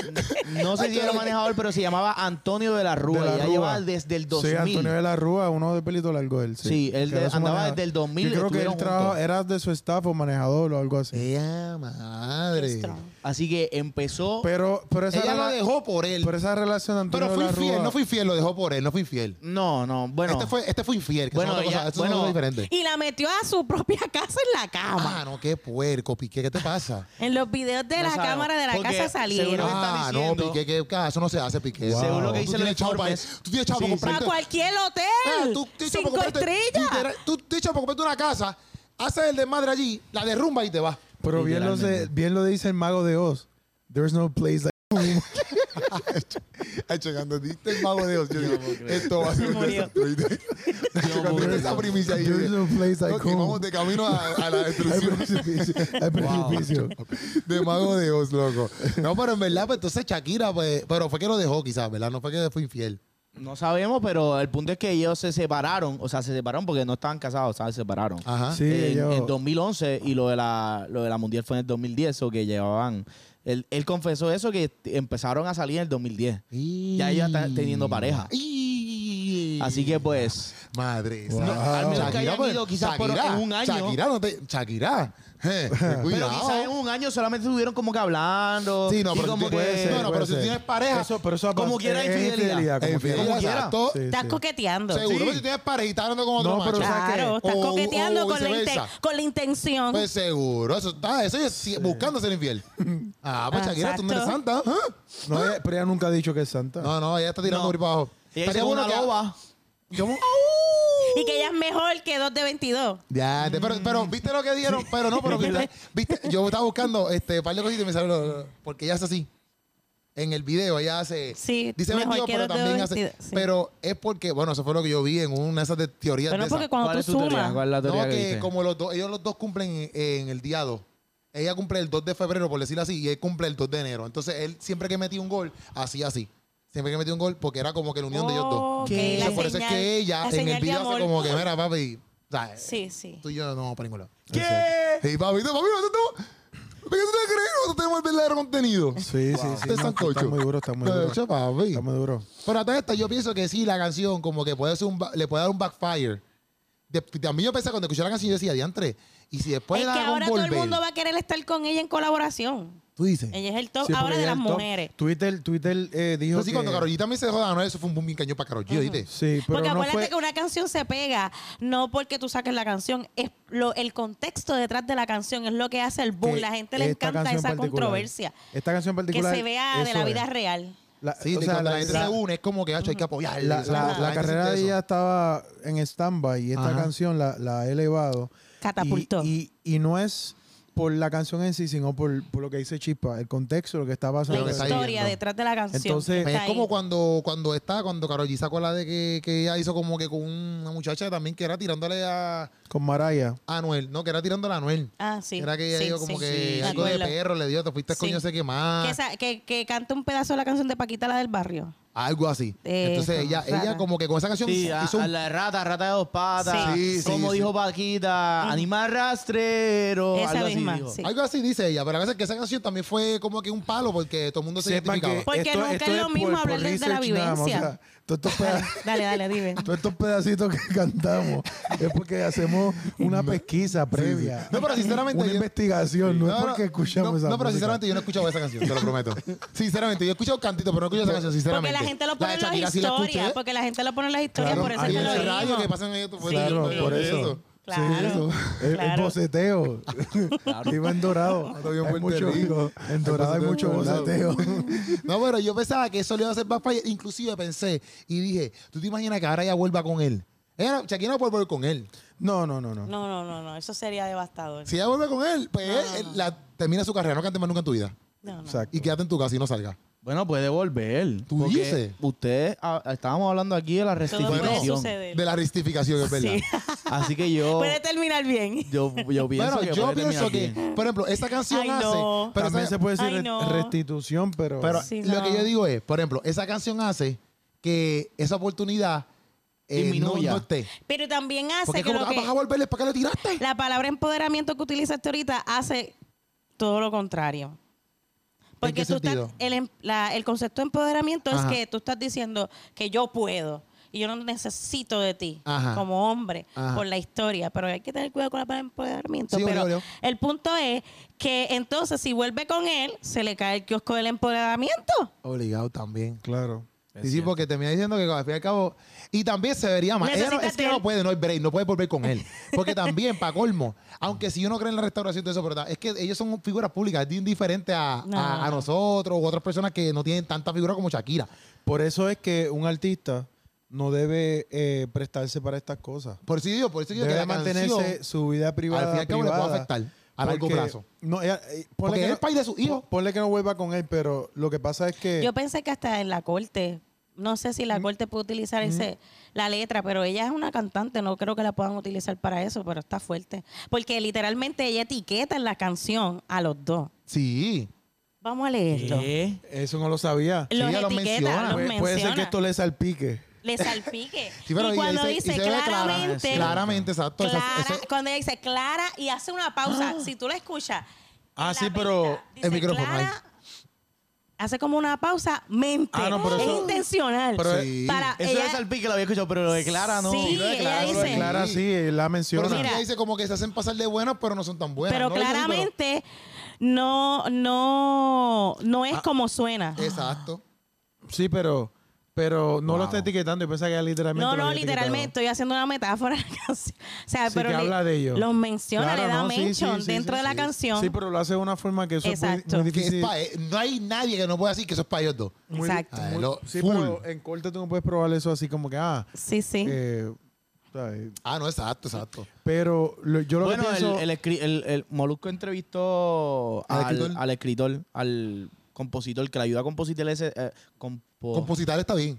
No sé si era manejador, pero se llamaba Antonio de la Rúa.
De la
ya
Rúa.
llevaba desde el 2000.
Sí, Antonio de la Rúa, uno de pelito largo él. Sí,
Sí, él
Que
de-
era su
andaba
manejador.
desde el 2000,
Yo creo que él
estuvieron
traba-
juntos. Eh,
era de su staff o manejador o algo así.
¡Ella, madre!
Strong.
Así que empezó.
Pero, pero, esa
Ella lo
rela-
dejó por él.
pero esa relación de Antonio
Pero fui
de la Rúa...
fiel, no fui fiel, lo dejó por él, no fui fiel.
no, no, bueno.
este, fue, este fue infiel, que
Bueno,
son otra
ella-
cosa, esto
bueno.
es algo diferente.
Y la metió a su propia casa en la cama.
Ah, no, qué puerco, Piqué, ¿qué te pasa?
En los videos de
No
la
sabe,
cámara de la
porque
casa
seguro
salieron.
que está
Ah, no,
diciendo-
Piqué, que, que eso no se hace, Piqué.
Wow. Según lo que
Tú
dicen los
tienes chavo para
informes.
eso. Tú tienes chavo
Sí,
para
sí.
Para
comprarte-
cualquier
Ah,
hotel.
tú tienes chavo
Cinco
para comprarte-
estrellas.
literal, Tú tienes chavo para comprarte una casa, haces el desmadre allí, la derrumba y te vas.
Pero bien lo, se-
Literalmente.
bien lo dice el mago de Oz. There's no place like...
Ay, chocando, diste el mago de Dios. Yo digo, esto va a ser un
Murió.
desastre. Yo cuando diste esa primicia ahí, yo
There's
dije,
no place like
ok,
home.
vamos de camino a, a la
Hay
destrucción
precipicio. Hay precipicio.
de mago de Dios, loco. No, pero en verdad, pues entonces Shakira, pues, pero fue que lo dejó quizás, ¿verdad? No fue que fue infiel.
No sabemos, pero el punto es que ellos se separaron. O sea, se separaron porque no estaban casados, o sea, se separaron.
Ajá.
Ah, Sí,
en,
yo-
en 2011 y lo de la lo de la mundial fue en el 2010 o que llevaban él, él confesó eso que empezaron a salir en el 2010 ya ella está teniendo pareja.
Y-
así que pues
Madre.
Wow.
esa-
Al menos que
hayan
pues,
ido quizás por-
Shakira,
en un año.
Shakira, no te. Shakira. eh, cuidado.
pero quizás en un año solamente estuvieron como que hablando
Sí, no,
y
pero,
como
si, tienes-
que
ser,
no, no, pero
puede
si
ser.
tienes pareja,
Eso, pero eso
Como
avanza-
quiera,
es
infidelidad.
infidelidad. como
Eh,
quiera.
como quiera.
exacto.
Sí,
Estás
sí.
coqueteando.
seguro que si tienes pareja y estás hablando con otro
No,
macho.
pero ¿sabes qué?
Claro, estás
O-
coqueteando
o
con, la inten-
viceversa.
con la intención.
ah, Pues seguro, eso está, eso es si- buscando ser infiel. Ah, pues
Ah,
Shakira, tú no eres santa. ¿ah?
No, ella- pero ella nunca ha dicho que es santa.
No, no, ella está tirando
No.
por ahí para abajo.
Ella dice
Estaría bueno
una
que-
loba.
¿Cómo?
Y que ella es mejor que dos de 22.
Ya, te- pero, pero
Mm.
viste lo que dieron, pero no, pero viste, viste, yo estaba buscando este par de cositas y me salió lo- lo- porque ella hace así. En el video ella hace
Sí,
dice
mejor
22,
que
pero
los de
también hace
22, sí.
pero es porque, bueno, eso fue lo que yo vi en una de esas de teorías
Bueno,
de
porque
esas.
cuando
¿Cuál
tú
es tu teoría?
sumas.
¿Cuál es la teoría
No,
que,
que
viste?
como los dos, ellos los dos cumplen en, en el día 2. Ella cumple el 2 de febrero, por decirlo así, y él cumple el 2 de enero. Entonces, él siempre que metía un gol, hacía así. Siempre que metía un gol, porque era como que la unión de ellos dos.
Ok,
¿Qué?
la
Entonces, por eso
señal-
es que ella
la
en
señal
el
de
video hace
amor.
como que, mira, papi. o sea,
Sí, sí.
Tú y yo no vamos para ningún lado.
¿Qué?
Y papi, tú, papi, nosotros. ¿Por qué tú te crees que nosotros tenemos el verdadero contenido?
Sí, sí, sí.
Este
no,
sancocho.
está muy duro, está muy
De
duro.
hecho, papi.
Está muy duro.
Pero a todo esto, yo pienso que sí, la canción como que puede ser un ba- le puede dar un backfire. De, de- a mí yo pensé cuando escuché la canción, yo decía, diantre. Y si después
Es
la
que
hago
ahora todo
volver,
el mundo va a querer estar con ella en colaboración.
tú dices.
Ella es el top
Sí,
ahora
porque
de
ella
las
es top.
mujeres.
Twitter, Twitter eh, dijo
Entonces, sí,
que...
cuando Carolita me se joda, no, eso fue un boom bien cañón para Karol G, ¿oíste?
Sí, pero
porque
no
acuérdate
fue...
que una canción se pega no porque tú saques la canción, es lo, el contexto detrás de la canción es lo que hace el boom.
que
La gente le
esta
encanta
canción
esa
particular-
controversia.
Esta canción en
Que
particular...
se vea de
eso
la
es.
vida real.
La-
Sí,
o
de
sea,
cuando la,
la,
gente se une, es como que "Acho, hay que apoyarla.
la-
Esa-
la- la
gente
carrera
siente
de
eso.
ella estaba en stand-by y esta
Ajá.
canción la, la ha elevado.
Catapultó.
Y, y, y no es por la canción en sí, sino por, por lo que dice Chispa, el contexto, lo que está
la
pasando.
lo que está
historia
viviendo.
detrás de la canción.
Entonces-
está
Es
ahí.
como cuando cuando está, cuando Karol G sacó la de que, que ella hizo como que con una muchacha también que era tirándole a
Con Maraya.
a Anuel, no, que era tirándole a Anuel.
Ah, sí.
Era que ella
sí,
dijo
sí,
como
sí,
que
me
algo de
acuerdo.
perro le dio, te fuiste
Sí.
coño, sé qué más.
Que, esa- que, que cante un pedazo de la canción de Paquita, la del barrio.
Algo así.
Eh,
Entonces ella,
rara.
ella como que con esa canción
Sí, a,
hizo
a
un...
la rata, rata de dos patas.
Sí,
Sí, sí,
como
sí.
dijo Paquita, animal rastrero.
Esa
algo así
misma,
dijo.
sí.
Algo así dice ella, pero a veces que esa canción también fue como que un palo porque todo el mundo se
Sepan
identificaba.
que
Porque
esto-
nunca
esto
es lo mismo
por- por
hablar desde la
research nada más,
vivencia.
o sea, todos estos peda-
Dale, dale, dime.
todos estos pedacitos que cantamos es porque hacemos una pesquisa previa.
No, pero sinceramente
Una
yo-
investigación, no, es
No, no,
porque escuchamos
no,
esa
No,
música.
pero sinceramente yo no he escuchado esa canción, te lo prometo. sinceramente, yo he escuchado cantitos, pero no he escuchado esa canción,
Porque
sinceramente.
la gente lo pone
de
en las
Shakira sí la escuché.
historias. Porque la gente lo pone en las historias,
Claro,
por eso es
ahí
Hay
que
en pues,
en
el
el
lo
radio que
digo.
pasan ahí, tú puedes
Claro,
decir,
por
"Oye,
eso.
Claro.
Sí, eso. El, el
claro.
boceteo. Viva en Dorado.
Está bien
Hay
Puerto
mucho,
Rico.
en Dorado hay
El
mucho
boceteo
boceteo.
es No, pero yo pensaba que eso le iba a hacer backfire. Inclusive pensé y dije, ¿tú te imaginas que ahora ella vuelva con él? Ella, no- Shakira no puede volver con él.
No, no, no, no.
No, no, no, no. Eso sería devastador.
Si ella vuelve con él, pues
No, no,
él-
no.
la- termina su carrera, no cante más nunca en tu vida.
No, no.
Exacto.
Y quédate en tu casa y no salga.
Bueno, puede volver.
¿Tú
porque
dices?
Usted, ah, estábamos hablando aquí de la
Todo puede
restitución.
suceder.
De la rectificación, es verdad.
Sí.
Así que yo,
Puede terminar bien.
yo, yo pienso
Bueno,
que
yo
puede
pienso
terminar
que,
bien.
por ejemplo, esa canción
Ay,
hace.
no.
Pero
También
esa-
se puede decir
Ay,
re-
no.
restitución, pero...
Pero
Sí,
lo
no.
que yo digo es, por ejemplo, esa canción hace que esa oportunidad eh, no,
Disminuya.
no esté.
Pero también hace
Porque es
que,
como
lo
que, ah,
que-
vas a volverle para qué le tiraste.
la palabra empoderamiento que utilizaste ahorita hace todo lo contrario. Porque
qué
tú estás-
sentido?
el, em- la- el concepto de empoderamiento
Ajá.
es que tú estás diciendo que yo puedo y yo no necesito de ti
Ajá.
como hombre
Ajá.
por la historia. Pero hay que tener cuidado con la palabra empoderamiento.
Sí,
pero
obligado, obligado.
el punto es que entonces si vuelve con él, se le cae el kiosco del empoderamiento.
Obligado también.
Claro.
Sí, sí, porque termina diciendo que al fin y al cabo. Y también se vería más. Ella no-
Necesitas
es que
de
ella no
él.
puede, no hay break, no puede volver con él. Porque también, para colmo, aunque si yo no creo en la restauración y todo eso, pero ta- es que ellos son figuras públicas, es bien diferente a,
No,
a-
no,
a
no.
nosotros u otras personas que no tienen tanta figura como Shakira.
Por eso es que un artista no debe eh, prestarse para estas cosas.
Por eso yo digo, por eso yo digo
Debe
que la
mantenerse
canción,
su vida privada.
al fin y al cabo, le puede
privada,
afectar a largo
porque-
plazo.
No, ella- eh, ponle
Porque
que
es
no-
el país de sus hijos.
Ponle que no vuelva con él, pero lo que pasa es que...
Yo pensé que hasta en la corte, no sé si la
Mm.
corte puede utilizar ese, la letra, pero ella es una cantante, no creo que la puedan utilizar para eso, pero está fuerte. Porque literalmente ella etiqueta en la canción a los dos.
Sí.
Vamos a leerlo.
¿Qué?
Eso no lo sabía.
Los
ella los menciona.
etiqueta, los menciona.
Puede, puede ser que esto le salpique.
le salpique.
Sí, pero
y
y
cuando
ahí se-
dice
y se ve clara-
claramente,
claramente, exacto. esa-
Clara-
ese-
cuando ella dice clara y hace una pausa, si tú la escuchas.
Ah,
la
sí,
pista,
pero
dice
el micrófono,
Clara, hace como una pausa, mente.
Ah, no, pero
es
eso-
intencional.
pero-
Sí.
para
Eso
ella-
es al pique, lo había escuchado, pero lo declara no.
Sí, ella
Claro,
dice.
Clara sí, eh, la
Pero
menciona.
sí,
Pues Mira.
ella dice como que se hacen pasar de buenas, pero no son tan buenas.
pero
¿no? Algo así,
claramente
Ah.
no, no, no es como suena.
Eh,
pero- Exacto.
Sí, pero Pero no lo
Wow.
está etiquetando, yo pensaba que era literalmente.
No,
lo
no,
había etiquetado.
literalmente estoy haciendo una metáfora de la canción. O sea,
Sí,
pero
que
le-
habla de ellos.
los menciona,
Claro,
le da
no, sí, sí,
mention
sí, sí,
dentro de la
sí.
canción.
Sí, pero lo hace de una forma que eso es
Exacto.
muy- muy,
Que es
difícil.
pa- eh, no hay nadie que no pueda decir que eso es para ellos dos.
muy di-
Exacto.
Ay, lo-
sí,
full.
pero en corte tú no puedes probar eso así como que, ah,
Sí, sí.
eh, ¿sabes?
Ah, no, exacto, exacto.
pero lo- yo lo
bueno,
que
el-
pienso...
el, escri- el- el Molusco entrevistó
¿Al
al,
escritor?
al escritor, al compositor, que le ayuda a compositar ese... eh,
Oh.
compo-
Compositar está bien.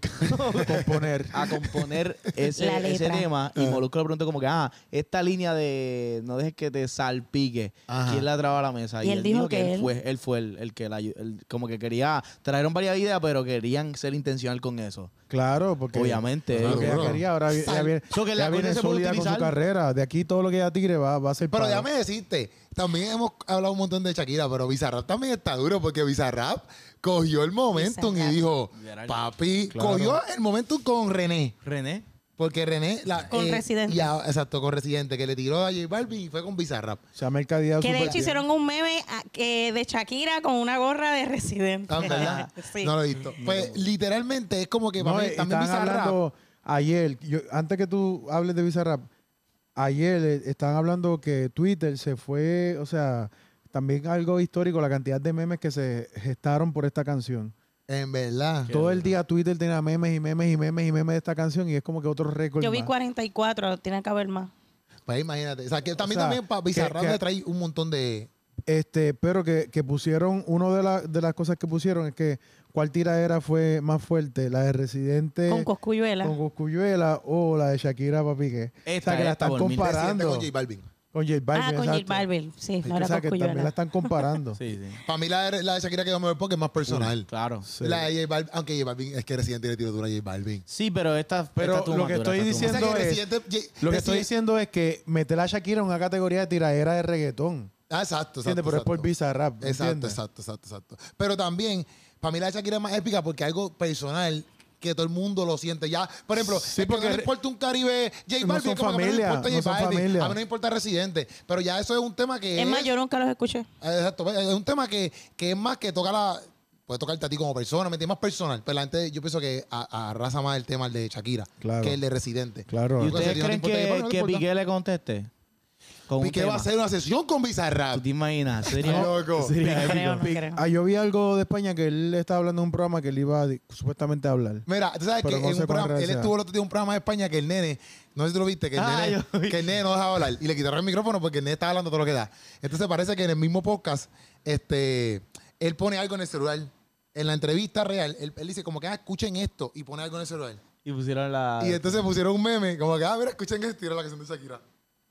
componer.
a componer ese,
La
ese
letra.
tema y Molusco le preguntó como que, ah, esta línea de no dejes que te salpique,
Ajá.
¿quién la traba a la mesa?
Y él dijo que él-
fue, él fue el, el que la ayu- el- como que quería, trajeron varias ideas, pero querían ser intencional con eso.
Claro, porque...
Obviamente.
Lo que ella
Seguro.
quería, ahora vi- ella viene,
So que la
ella viene
cosa se puede
sólida con su
utilizar.
carrera. De aquí todo lo que ella tire va, va a ser
Pero
para-
déjame decirte, también hemos hablado un montón de Shakira, pero Bizarrap también está duro porque Bizarrap cogió el momentum y
Bizarrap.
dijo,
Literal.
papi,
Claro.
cogió el momentum con René.
René.
Porque René... La, eh,
Con Residente.
y a- exacto, con Residente, que le tiró a J Balvin y fue con Bizarrap.
O sea, mercadía
que de
super-
hecho hicieron un meme ah, que de Shakira con una gorra de residente.
Ah, ¿verdad?
Sí.
No lo he visto. Pues literalmente es como que
No,
para mí
eh,
también
estaban
Bizarrap...
hablando ayer, yo- antes que tú hables de Bizarrap, ayer eh, estaban hablando que Twitter se fue, o sea, también algo histórico, la cantidad de memes que se gestaron por esta canción.
En verdad.
Qué
Todo el
duro.
día Twitter tenía memes y memes y memes y memes de esta canción y es como que otro récord.
Yo vi
más.
44, tiene que haber más.
Pues imagínate. O sea, que también,
sea,
también para
que-
Bizarrap
que-
le trae un montón de...
Este, pero que, que pusieron, una de, la- de las cosas que pusieron es que cuál tiradera fue más fuerte, la de Residente
Con Coscuyuela.
Eh, con Cosculluela o la de Shakira Papique. o
Esta,
sea, que la
esta,
están
por mil.
Residente
comparando
con J Balvin.
con J Balvin.
ah, con Jill
exacto.
Barber. Sí,
Es que,
no era
o sea, que también la
Coscuyuela.
están comparando.
Sí, sí.
Para mí la de, la de Shakira quedó mejor porque es más personal.
Claro.
Sí.
La de J Balvin, aunque J Balvin, es que Residente le tiró dura a J Balvin.
Sí, pero esta.
Pero
esta tuvo
lo
más
que
dura,
estoy
esta tuvo
diciendo-
O sea
más
que
Entiendo, eh,
Residente... J-
Lo que
Residente-
estoy diciendo es que meter a Shakira en una categoría de tiradera de reggaetón.
Ah, exacto, exacto.
¿Entiendes? Pero es por
exacto.
Bizarrap.
Exacto,
¿entiendes?
exacto, exacto, exacto. Pero también, para mí la de Shakira es más épica porque algo personal que todo el mundo lo siente ya. Por ejemplo,
Sí,
el que
porque
no le importa un Caribe, J
no
Balvin,
son
como que
familia,
a mí no me
no
importa
son
J Balvin,
familia.
a mí no me importa Residente. Pero ya eso es un tema que
Es más, yo nunca los escuché.
Ah, Exacto, es un tema que, que es más que toca la... Puede tocarte a ti como persona, me entiendes? más personal. Pero la gente, yo pienso que a- arrasa más el tema el de Shakira
Claro.
que el de Residente.
Claro.
dura. ¿Y
Porque si
ustedes
no te importa
creen
J
que,
Balvin, no te
que
importa.
Piqué le conteste? Con
Piqué
un
va a
tema.
hacer una sesión con Bizarrap.
¿Tú te imaginas?
Ay,
Sería.
loco.
sería
No creo, no
épico.
creo.
Ah, yo vi algo de España que él estaba hablando de un programa que él iba a di- supuestamente a hablar.
Mira, tú sabes
Pero
que
no
en
sé
un programa,
cuán
él
real
estuvo
sea.
el otro día en un programa de España que el nene, no sé si tú lo viste, que el,
Ah,
nene,
yo vi.
que el nene no dejaba hablar y le quitaron el micrófono porque el nene estaba hablando todo lo que da. Entonces parece que en el mismo podcast, este, él pone algo en el celular. En la entrevista real, él, él dice como que, ah, escuchen esto y pone algo en el celular.
Y pusieron la.
Y entonces pusieron un meme, como que, ah, mira, escuchen esto y era la canción de Shakira.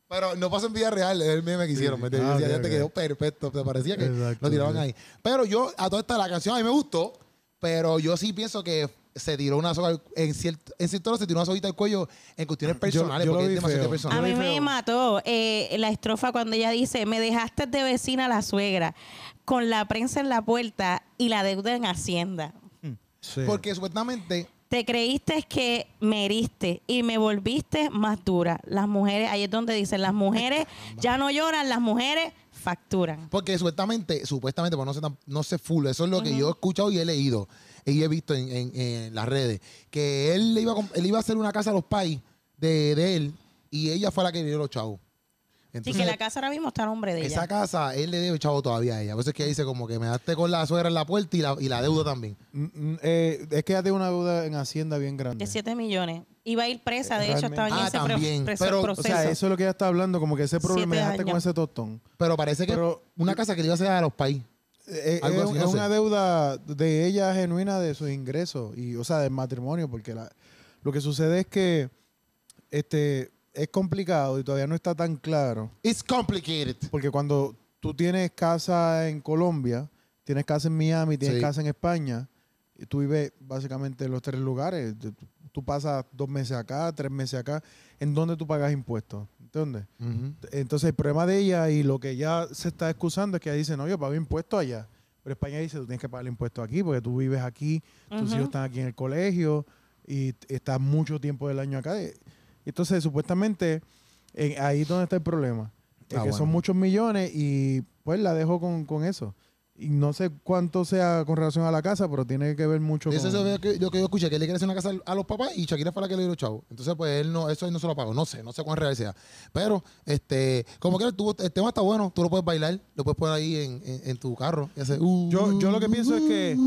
Pero no pasó en vida real, es el meme que hicieron. ¿me entiendes?
Ah,
Decía,
ok,
ya te
ok.
quedó perfecto, te parecía que
Exacto,
lo tiraban
sí.
ahí. Pero yo, a toda esta, la canción a mí me gustó, pero yo sí pienso que se tiró una soga, al- en cierto, en cierto se tiró una soguita al cuello en cuestiones personales,
yo lo
porque es
vi
demasiado
feo.
A
personal.
mí
Muy
me
feo.
mató eh, la estrofa cuando ella dice, me dejaste de vecina a la suegra, con la prensa en la puerta y la deuda en Hacienda.
Sí.
Porque supuestamente,
Te creíste que me heriste y me volviste más dura. Las mujeres, ahí es donde dicen, las mujeres ya no lloran, las mujeres facturan.
porque supuestamente, supuestamente, pues no sé, tan- no sé full, eso es lo que yo he escuchado y he leído y he visto en, en- en las redes, que él le iba a, comp- él iba a hacer una casa a los pais de, de él y ella fue la que le dio los chavos.
Así
Entonces,
que la casa ahora mismo está a nombre de
Esa
ella.
casa, él le debe chavo todavía a ella. Por eso es que dice como que me daste con la suegra en la puerta y la, y la deuda también.
Mm, mm, eh, es que ella tiene una deuda en Hacienda bien grande.
De 7 millones. Iba a ir presa, de hecho,
Realmente.
estaba en
Ah,
ese pro-
también.
preso-
Pero, o
o
proceso.
sea, eso es lo que ella está hablando, como que ese problema me
Siete
dejaste con
años.
ese tostón.
Pero parece que
Pero-
una casa que le iba a hacer a los países.
Eh, eh,
Algo
es,
así,
es
no sé.
una deuda de ella genuina de sus ingresos y o sea del matrimonio porque la- lo que sucede es que este es complicado y todavía no está tan claro
It's complicated.
porque cuando tú tienes casa en Colombia tienes casa en Miami tienes
Sí.
casa en España y tú vives básicamente en los tres lugares tú, tú pasas dos meses acá tres meses acá en donde tú pagas impuestos ¿entiendes? Entonces el problema de ella y lo que ella se está excusando es que ella dice, no, yo pago impuestos allá. Pero España dice, tú tienes que pagar impuestos aquí porque tú vives aquí, tus
Ujú.
hijos están aquí en el colegio y t- estás mucho tiempo del año acá. Eh, Entonces supuestamente en- ahí es donde está el problema. Es
Ah,
que
bueno.
son muchos millones y pues la dejo con, con eso. Y no sé cuánto sea con relación a la casa, pero tiene que ver mucho
Eso
con...
es lo que, lo que yo escuché, que él le quiere hacer una casa al- a los papás y Shakira fue la que le dio los chavos. Entonces, pues él no, eso él no se lo pagó. No sé, no sé cuán real sea. Pero, este, como quieras, tú- el tema está bueno, tú lo puedes bailar, lo puedes poner ahí en, en- en tu carro. y hacer, uh,
Yo, yo lo que pienso es que...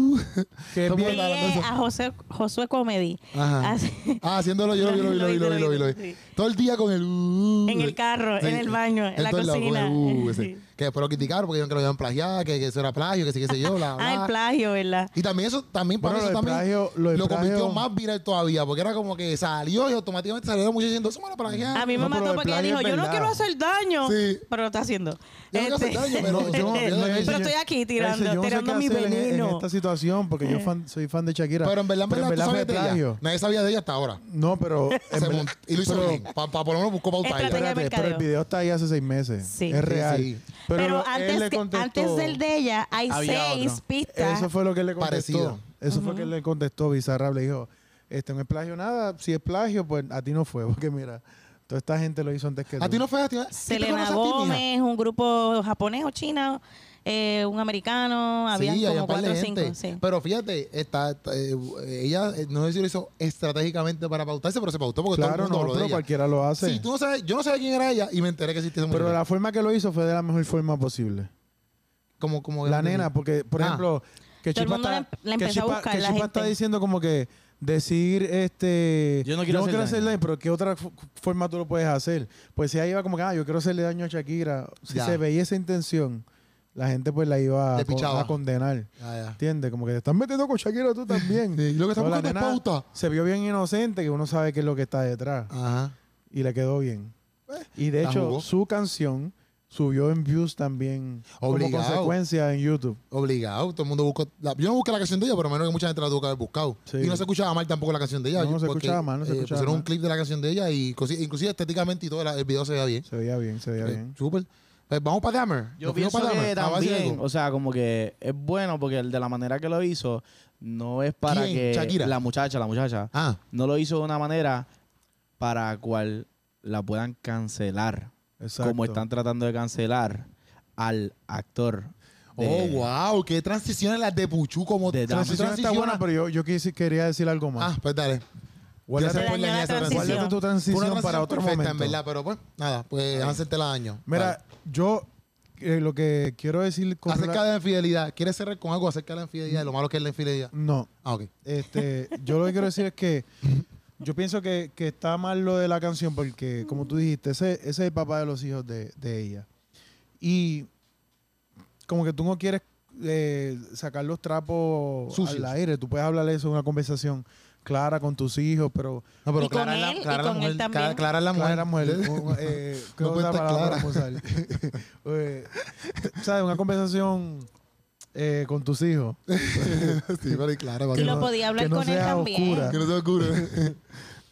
que es
Somos-
bien-
Bueno, hablando de
Sigue
eso.
a José, Josué Comedy.
Ajá.
Así-
Ah, haciéndolo, yo lo vi, lo vi, lo vi, lo vi, lo vi, lo vi.
Sí.
Todo el día con el uh,
En el carro, en el baño, en la
todos lados, con el,
cocina.
uh, ese.
Sí.
Que después lo criticaron porque dijeron que lo habían plagiado, que, que eso era plagio, que sí, que sé yo, bla, bla.
Ah, el plagio, ¿verdad?
Y también eso, también para
Bueno,
eso
lo de
también
plagio- lo de
convirtió
plagio-
más viral todavía, porque era como que salió y automáticamente salió mucho diciendo, eso me lo
A
plagiaron.
mí me
No, pero
mató
el
porque ella
plagio
dijo,
es
yo no
verdad.
quiero hacer daño.
Sí.
Pero lo está haciendo. Este,
Yo no quiero hacer daño, pero yo no- yo no-
sé-
yo
Pero estoy aquí tirando-
yo no sé
tirando
qué
mi
hacer en- e- En,
veneno. Eh.
esta situación, porque yo fan- soy fan de Shakira.
Pero en verdad, en verdad, tú
fue
sabes de ella.
plagio.
Nadie sabía de ella hasta ahora.
No, pero... en
Se
verdad-
mont- y lo hizo
pero-
bien. Para por lo menos buscó pauta ahí.
Estrategia- de
Espérate, pero el
mercadeo.
video está ahí hace seis meses.
Sí.
Es
Sí,
real.
sí.
Pero,
Pero,
lo- él
antes,
le
que-
contestó,
antes del de ella hay
Había
seis
otro.
pistas.
Eso fue lo que él le contestó.
Parecido.
Eso fue lo que él le contestó Bizarra. Le dijo, este no es plagio nada. Si es plagio, pues a ti no fue. Porque mira, toda esta gente lo hizo antes que
A
tú.
ti no fue a ti. ¿sí te
Selena
conoces a ti, mija?
Gómez, un grupo japonés o chino, eh, un americano, había
había
como
un par de
cuatro o cinco.
gente.
sí.
Pero fíjate, está, está, eh, ella, eh, no sé si lo hizo estratégicamente para pautarse, pero se pautó porque todo
Claro,
el mundo
no,
habló
pero
de ella.
cualquiera lo hace.
Sí, tú no sabes, yo no sabía quién era ella y me enteré que existía esa mujer.
Pero la forma que lo hizo fue de la mejor forma posible.
como, como
La nena, porque, por
Ah.
ejemplo, que
Todo el
Chipa
mundo la
está,
em- la
que
empezó a
Chipa-
buscar,
que
la
Chipa
gente.
está diciendo como que decir este
Yo no quiero hacer daño.
daño, pero qué otra f- forma tú lo puedes hacer pues si ella iba como que ah, yo quiero hacerle daño a Shakira si
Ya.
se veía esa intención la gente pues la iba a,
Te
con-
pichaba.
a condenar
Ah, ya.
¿entiendes? como que te estás metiendo con Shakira tú también
Sí, lo que estás
Pero la
buscando es
nena
pauta.
se vio bien inocente que uno sabe qué es lo que está detrás
Ajá.
y le quedó bien y de
Pues, la
hecho
jugó.
su canción subió en views también
Obligado.
como consecuencia en YouTube
Obligado, todo el mundo buscó. la- yo no busqué la canción de ella, pero menos que mucha gente la tuvo que haber buscado.
Sí.
Y no se escuchaba mal tampoco la canción de ella. eh,
No, no se escuchaba mal, no se escuchaba
Pusieron
mal.
un clip de la canción de ella y cosi- inclusive estéticamente y todo la- el video se veía bien.
se veía bien se veía
Eh,
bien
Súper. Pues vamos para Dahmer.
Yo
Nos fuimos
pienso
pa'
que
Dahmer. Ah, va a decir
también,
algo.
o sea, como que es bueno porque el de la manera que lo hizo no es para
¿Quién?
que
Shakira.
la muchacha, la muchacha,
Ah,
no lo hizo de una manera para cual la puedan cancelar,
Exacto.
como están tratando de cancelar al actor.
Oh,
de-
wow, qué transiciones las de Puchu como
de
como
Dahmer.
transición está buena, pero yo, yo quise- quería decir algo
Ah,
más.
pues dale.
guárdate,
Gracias por
dañó la
dañar esa
transición.
guárdate tu
Fue
transición,
una
para
transición
otro
perfecta,
momento.
en verdad, pero pues nada, pues hacerte la daño.
Mira,
Vale.
yo eh, lo que quiero decir con
acerca
rela-
de la infidelidad, ¿quieres cerrar con algo acerca de la infidelidad, de lo malo que es la infidelidad?
No,
Ah, ok.
este, yo lo que quiero decir es que yo pienso que, que está mal lo de la canción porque, como tú dijiste, ese, ese es el papá de los hijos de, de ella. Y como que tú no quieres eh, sacar los trapos
Sucios.
al aire, tú puedes hablarle eso en una conversación clara con tus hijos, pero
No, pero
Y con
Clara es
él,
la,
y
Clara es la
con él
mujer.
también.
Clara, Clara es la mujer.
Clara mujer. un- eh, ¿Qué
No
otra
cuenta
palabra
Clara.
vamos a usar? Eh, ¿Sabes? Una conversación eh, con tus hijos.
sí, pero y Clara. va a
Y
ser-
lo podía hablar
que no
con él
sea
también.
oscura.
Que no se ocurre.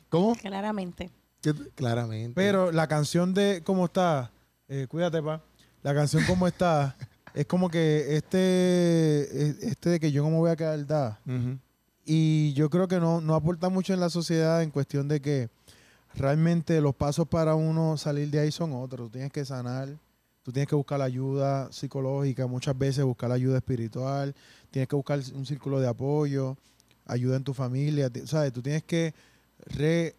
¿Cómo?
Claramente.
Que- Claramente.
Pero la canción de ¿Cómo está? eh, cuídate, pa. La canción ¿Cómo está? es como que este, eh, este de que yo no me voy a quedar da.
Ujú.
Y yo creo que no, no aporta mucho en la sociedad en cuestión de que realmente los pasos para uno salir de ahí son otros. Tú tienes que sanar, tú tienes que buscar la ayuda psicológica, muchas veces buscar la ayuda espiritual, tienes que buscar un círculo de apoyo, ayuda en tu familia, ti- ¿sabes? Tú tienes que re-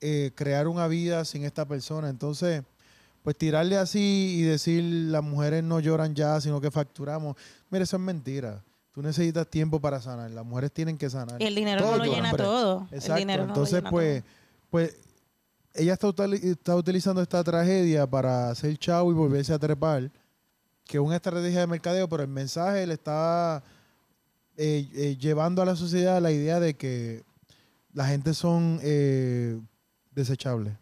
eh, crear una vida sin esta persona. Entonces, pues tirarle así y decir las mujeres no lloran ya, sino que facturamos. Mira, eso es mentira. Tú necesitas tiempo para sanar. Las mujeres tienen que sanar.
El dinero
Todo
no lo
lloran,
llena
hombre.
todo. El
Exacto.
dinero no lo
Entonces,
llena
pues, pues, ella está, utali- está utilizando esta tragedia para hacer chavo y volverse a trepar, que es una estrategia de mercadeo, pero el mensaje le está eh, eh, llevando a la sociedad la idea de que la gente son eh, desechables.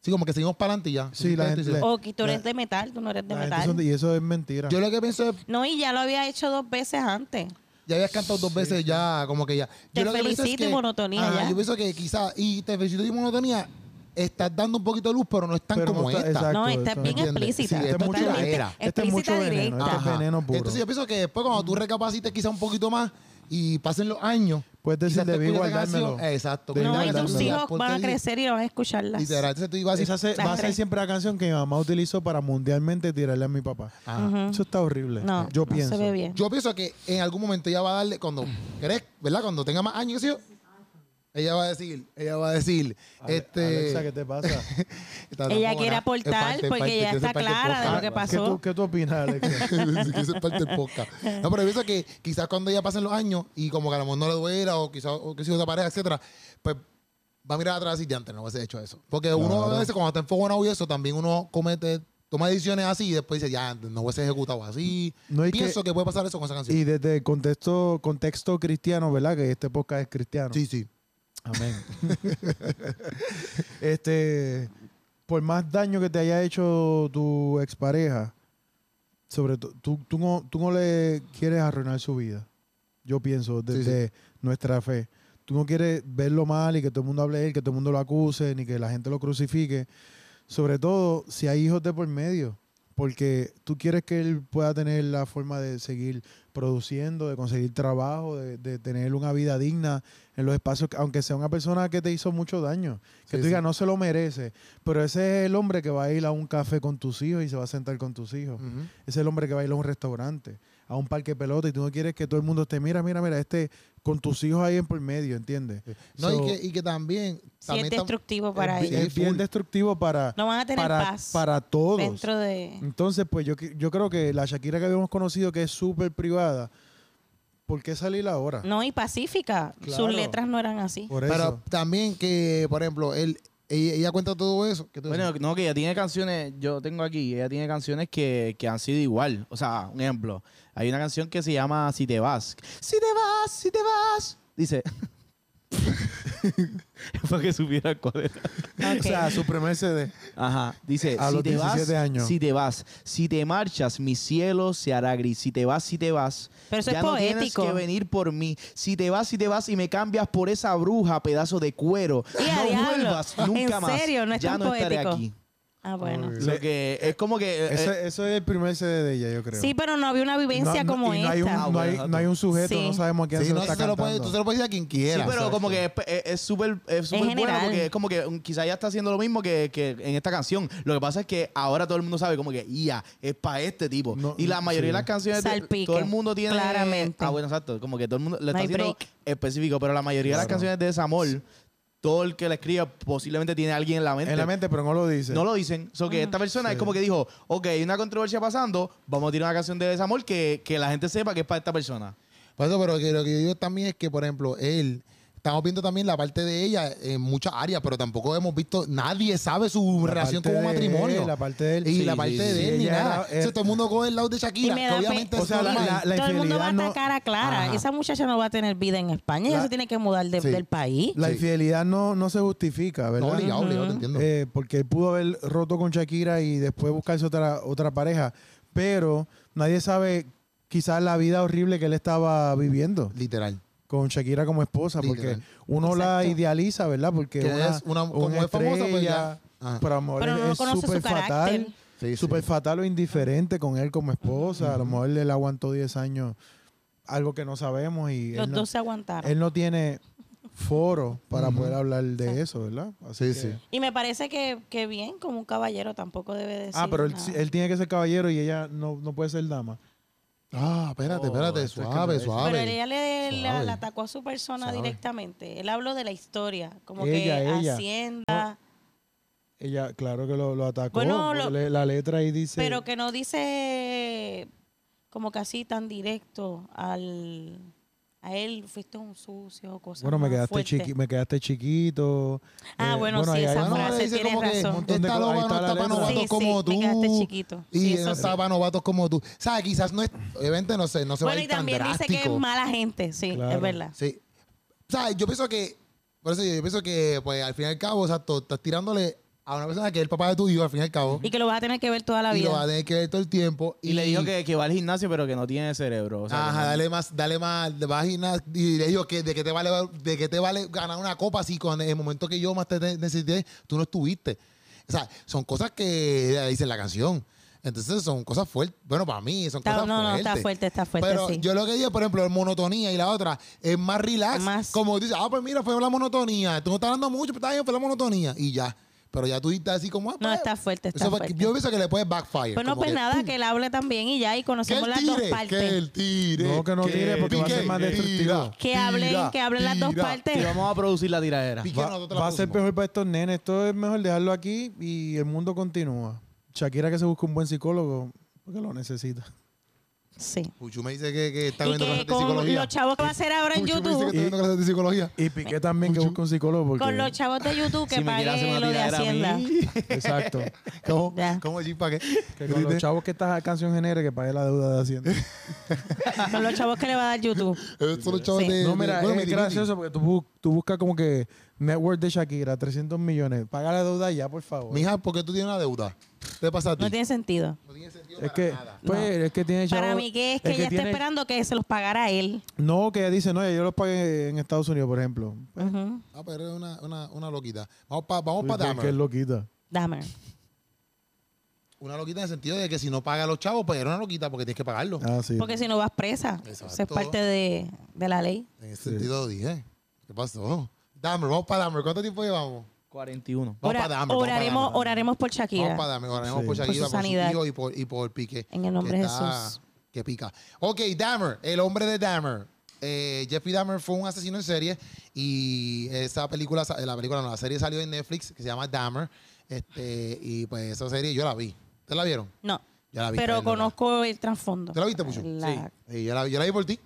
Sí, como que seguimos para adelante y ya.
Sí, la gente-
todo. O que tú eres
eh, la-
de metal, tú no eres de
La gente son de-
metal.
y eso es mentira.
Yo lo que pienso es,
No, y ya lo había hecho dos veces antes.
ya habías cantado dos veces, ya, como que ya.
Te
lo que pienso
felicito y monotonía,
ajá,
ya.
Yo pienso que quizás, y te felicito y monotonía, estás dando un poquito de luz, pero no es tan
Pero no
como
está-
esta.
exacto,
no, está
exacto.
bien
¿Entiendes?
explícita.
Sí, esta es mucho
totalmente.
la era.
Este es mucho
Explícita
veneno,
directa.
este es veneno puro.
Entonces yo pienso que después cuando tú recapacites quizás un poquito más y pasen los años,
Puedes decir,
Quizás tú
debí
escuches esa
guardármelo.
canción, Exacto.
Debí
No, y tus
guardármelo.
hijos
Porque
van a
dice-
crecer y van a escucharlas.
Literal. Entonces tú ibas a decir,
Esa se-
Las
va a ser
tres.
siempre la canción que mi mamá utilizó para mundialmente tirarle a mi papá.
Ajá.
Eso está horrible.
No,
yo
no
pienso.
se ve bien.
Yo pienso que en algún momento ella va a darle, cuando crees, ¿verdad? Cuando tenga más años, ¿sí? ella va a decir, ella va a decir,
Ale-
este...
Alexa, ¿qué te pasa?
Está
Ella
enamorada.
quiere
Es
aportar
parte- es
porque
parte-
ya
eso es
está
parte del
clara de lo
podcast.
que
¿Qué
pasó.
tú, qué tú opinas, Alexa?
que eso es parte del podcast. No, pero pienso que quizás cuando ya pasen los años y como que a lo mejor no le duela o quizás o que si otra pareja, etcétera, pues va a mirar atrás y ya antes no hubiese hecho eso. Porque uno a veces cuando está enfogonado y eso, también uno comete, toma decisiones así y después dice, ya antes no hubiese ejecutado así.
No, y
pienso que, puede pasar eso con esa canción.
y desde el contexto, contexto cristiano, ¿verdad? Que este podcast es cristiano.
sí, sí.
Amén. este, por más daño que te haya hecho tu expareja, sobre todo, tú, tú no, tú no le quieres arruinar su vida. Yo pienso, desde nuestra fe. Tú no quieres verlo mal y que todo el mundo hable de él, que todo el mundo lo acuse, ni que la gente lo crucifique. Sobre todo si hay hijos de por medio. Porque tú quieres que él pueda tener la forma de seguir produciendo, de conseguir trabajo, de- de tener una vida digna en los espacios, que- aunque sea una persona que te hizo mucho daño, que
Sí,
tú
sí.
digas no se lo merece, pero ese es el hombre que va a ir a un café con tus hijos y se va a sentar con tus hijos.
Ujú.
Ese es el hombre que va a ir a un restaurante, a un parque de pelota y tú no quieres que todo el mundo esté, mira, mira, mira, este con tus hijos ahí en por medio, ¿entiendes?
No,
So,
y, que, y que también...
Si
también
es
tam-
destructivo para
es,
bien-
ellos.
es bien
full.
destructivo para,
No van a tener
para,
paz
para todos.
dentro de...
Entonces, pues yo, qui- yo creo que la Shakira que habíamos conocido, que es súper privada, ¿por qué salir ahora?
No, y pacífica.
Claro.
Sus letras no eran así.
Por
Pero
eso.
también que, por ejemplo, él, ella, ella cuenta todo eso. que tú
Bueno,
decías.
no, que ella tiene canciones, yo tengo aquí, ella tiene canciones que, que han sido igual. O sea, un ejemplo, hay una canción que se llama Si te vas. Si te vas, si te vas. Dice. Para que supiera cuál era.
Ok.
Pues, O sea, su primer CD.
Ajá. Dice,
A
si
los
te vas,
17 años.
si te vas, si te marchas, mi cielo se hará gris. Si te vas, si te vas,
Pero eso
ya
es
no tienes
poético.
que venir por mí. Si te vas, si te vas y me cambias por esa bruja, pedazo de cuero,
¡Y a
no
diablo!
vuelvas nunca
¿En
más.
serio? No es
ya
tan
no estaré
poético.
aquí.
ah, bueno.
Uy.
Lo que es como que eh,
Eso, eso es el primer CD de ella, yo creo.
Sí, pero no había una
No-
vivencia
no-
como
y no
esta.
Hay un, no, hay, no hay un sujeto,
Sí.
no sabemos a quién
Ah, Sí,
se lo
no,
está
eso se lo puedes- tú se
cantando.
lo puedes decir a quien quiera.
Sí, pero
¿sabes?
como que es es- es súper es súper bueno
general.
porque es como que um, quizá ya está haciendo lo mismo que, que en esta canción. Lo que pasa es que ahora todo el mundo sabe como que ya es para este tipo.
No,
y la
sí.
mayoría de las canciones de-
Salpique,
todo el mundo tiene
claramente.
Ah, bueno, exacto, como que todo el mundo le
No
está
hay
haciendo
break.
específico, pero la mayoría de las canciones de desamor todo el que la escribe posiblemente tiene a alguien en la mente.
En la mente, pero no lo dice.
No lo dicen. So que esta persona es como que dijo, ok, hay una controversia pasando, vamos a tirar una canción de desamor que, que la gente sepa que es para esta persona.
Por eso, pero que lo que yo digo también es que, por ejemplo, él, estamos viendo también la parte de ella en muchas áreas, pero tampoco hemos visto, nadie sabe su
La
relación
parte
como
de
matrimonio.
él, la parte de él.
Y
Sí,
la
sí,
parte
sí,
de
sí.
él, ni
Ella
nada.
era-
Entonces,
era-
todo el mundo coge el lado de
Y
Shakira,
me
que
da
obviamente
pena.
es
O sea, la-
normal.
la-
Todo el mundo va a
infidelidad no-
atacar a Clara.
Ajá.
Esa muchacha no va a tener vida en España. Ella
La-
se tiene que mudar de-
Sí.
del país.
La infidelidad no, no se justifica,
No,
¿verdad?
obligado, obligado, te entiendo.
Eh, porque él pudo haber roto con Shakira y después buscarse otra, otra pareja. Pero nadie sabe quizás la vida horrible que él estaba viviendo
Literal.
con Shakira como esposa. Porque
Literal.
uno la
Exacto.
idealiza, ¿verdad? Porque
Que
una,
es una- como es famosa, pues ya. Ajá.
Pero a lo mejor
Pero
es-
no lo
es
conoce su
súper fatal.
carácter.
Sí, sí.
súper fatal o indiferente con él como esposa. A lo mejor él aguantó 10 años algo que no sabemos y
Los
él no,
dos se aguantaron.
él no tiene foro para poder hablar de eso, ¿verdad? Así
Sí,
que-
sí.
Y me parece que, que bien, como un caballero tampoco debe decir.
Ah, pero él,
nada.
sí- él tiene que ser caballero y ella no, no puede ser dama.
Ah, espérate, espérate,
Oh, esto es
suave,
que-
suave.
Pero ella le, le-
Suave.
la atacó a su persona
Suave.
directamente. Él habló de la historia, como que
Ella, ella.
Hacienda,
Ella, claro que lo, lo atacó.
Bueno, lo-
le- la letra ahí dice.
pero que no dice como que así tan directo al a él fuiste un sucio, cosas
bueno, me
más
quedaste,
fuertes.
chiqui- me quedaste chiquito. Eh,
Ah, bueno, sí,
ahí-
esa
ahí-
Ah, no,
frase
le dice
tienes
como que
razón.
Un montón de
esta
cosas.
loba
Ahí
no
está la
está para
letra.
novatos
Sí,
como
sí,
tú.
me quedaste chiquito.
Y
Sí,
no
eso
está
sí.
para novatos como tú. ¿Sabes? Quizás no es, obviamente no sé, no se
bueno,
va a
y
ir tan
también
drástico.
dice que es mala gente, sí,
Claro.
es verdad.
Sí. O sea, yo pienso que. Por eso yo, yo pienso que, pues, al fin y al cabo, exacto, estás tirándole a una persona que es el papá de tu hijo, al fin y al cabo.
Y que lo vas a tener que ver toda la
y lo
vida.
va a tener que ver todo el tiempo.
Y, le dijo que, que va al gimnasio pero que no tiene cerebro. o sea, que
Ajá,
no-
dale más, dale más, de vagina. Y le dijo que de qué te vale, de qué te vale ganar una copa si con el momento que yo más te te necesité, tú no estuviste. O sea, son cosas que ella dice en la canción. Entonces son cosas fuertes. Bueno, para mí son
Está-
cosas
no, no,
fuertes.
está fuerte, está fuerte,
Pero
sí.
yo lo que digo, por ejemplo, monotonía y la otra es más relax.
Más.
Como dices, ah, pues mira, fue la monotonía. Tú no estás hablando mucho, pero está bien, fue la monotonía. Y ya. Pero ya tú estás así como... ah,
No,
pues,
está fuerte, está
eso fue-
fuerte.
Yo pienso que le puedes backfire.
Pues no,
como
pues
que,
nada,
¡pum!
que él hable también y ya, y
Que
conocemos
él
las dos
tire, que
partes.
él tire.
No, que no tire, porque va a ser
pique,
más destructivo.
tira,
Que hablen,
tira,
que hablen las dos
tira.
Y
partes.
vamos a producir la tiradera.
Pique,
Va,
nosotros la
va a ser
producimos.
mejor para estos nenes. Esto es mejor dejarlo aquí y el mundo continúa. Shakira que se busque un buen psicólogo porque lo necesita.
Sí.
Puchu me dice que, que está
Y
viendo clases de
que con
psicología.
los chavos que va a hacer ahora en
Puchu me dice que está
YouTube,
viendo clases de psicología.
Y Piqué también que busque un psicólogo porque...
con los chavos de YouTube que
Si me quiere hacer
pague
una
lo de
tiradera a
Hacienda.
mí.
Exacto.
¿Cómo?
Ya.
¿Cómo, Jimpa? ¿Qué?
Que con los chavos que esta canción genere que pague la deuda de Hacienda.
Con los chavos que le va a dar YouTube.
Estos son los chavos
Sí.
de...
No,
de-
mira,
bueno,
es
Miti Miti.
gracioso porque tú, bu- tú buscas como que network de Shakira, 300 millones. Paga la deuda ya, por favor.
Mija, ¿por qué tú tienes una deuda? ¿Qué pasa a ti?
No tiene sentido.
No tiene sentido
es
para
que,
nada.
pues, es que tiene
Para
chavos-
mí que es que ella está
tiene-
esperando que se los pagara él.
No, que ella dice, no, yo los pagué en Estados Unidos, por ejemplo.
Ujú.
Ah, pero es una, una, una loquita. Vamos para vamos pa
Porque
Dahmer.
es loquita.
Dahmer.
Una loquita en el sentido de que si no paga a los chavos, pues era una loquita porque tienes que pagarlo.
Ah, sí.
Porque si no vas presa. Eso es
Exacto.
parte de, de la ley.
En ese sentido dije. ¿Qué pasó? Dahmer, vamos para Dahmer. ¿Cuánto tiempo llevamos?
41.
Vamos
Ora-
para Dahmer. vamos pa'
oraremos,
Dahmer.
oraremos por
Vamos
Shakira.
para Dahmer. Oraremos
Sí. Por
por
su
Shakira, por su,
sanidad.
tío y por, y por Piqué.
En el nombre
que
de
está-
Jesús.
Que pica. Ok, Dahmer, el hombre de Dahmer. Eh, Jeffrey Dahmer fue un asesino en serie y esa película, sa- la película no, la serie salió en Netflix que se llama Dahmer. Este, y pues esa serie yo la vi. ¿Ustedes la vieron?
No.
Yo la vi.
Pero
está bien loca.
conozco el trasfondo.
¿Te la viste, Puchu?
La-
Sí.
Sí, yo, la, yo la vi por ti.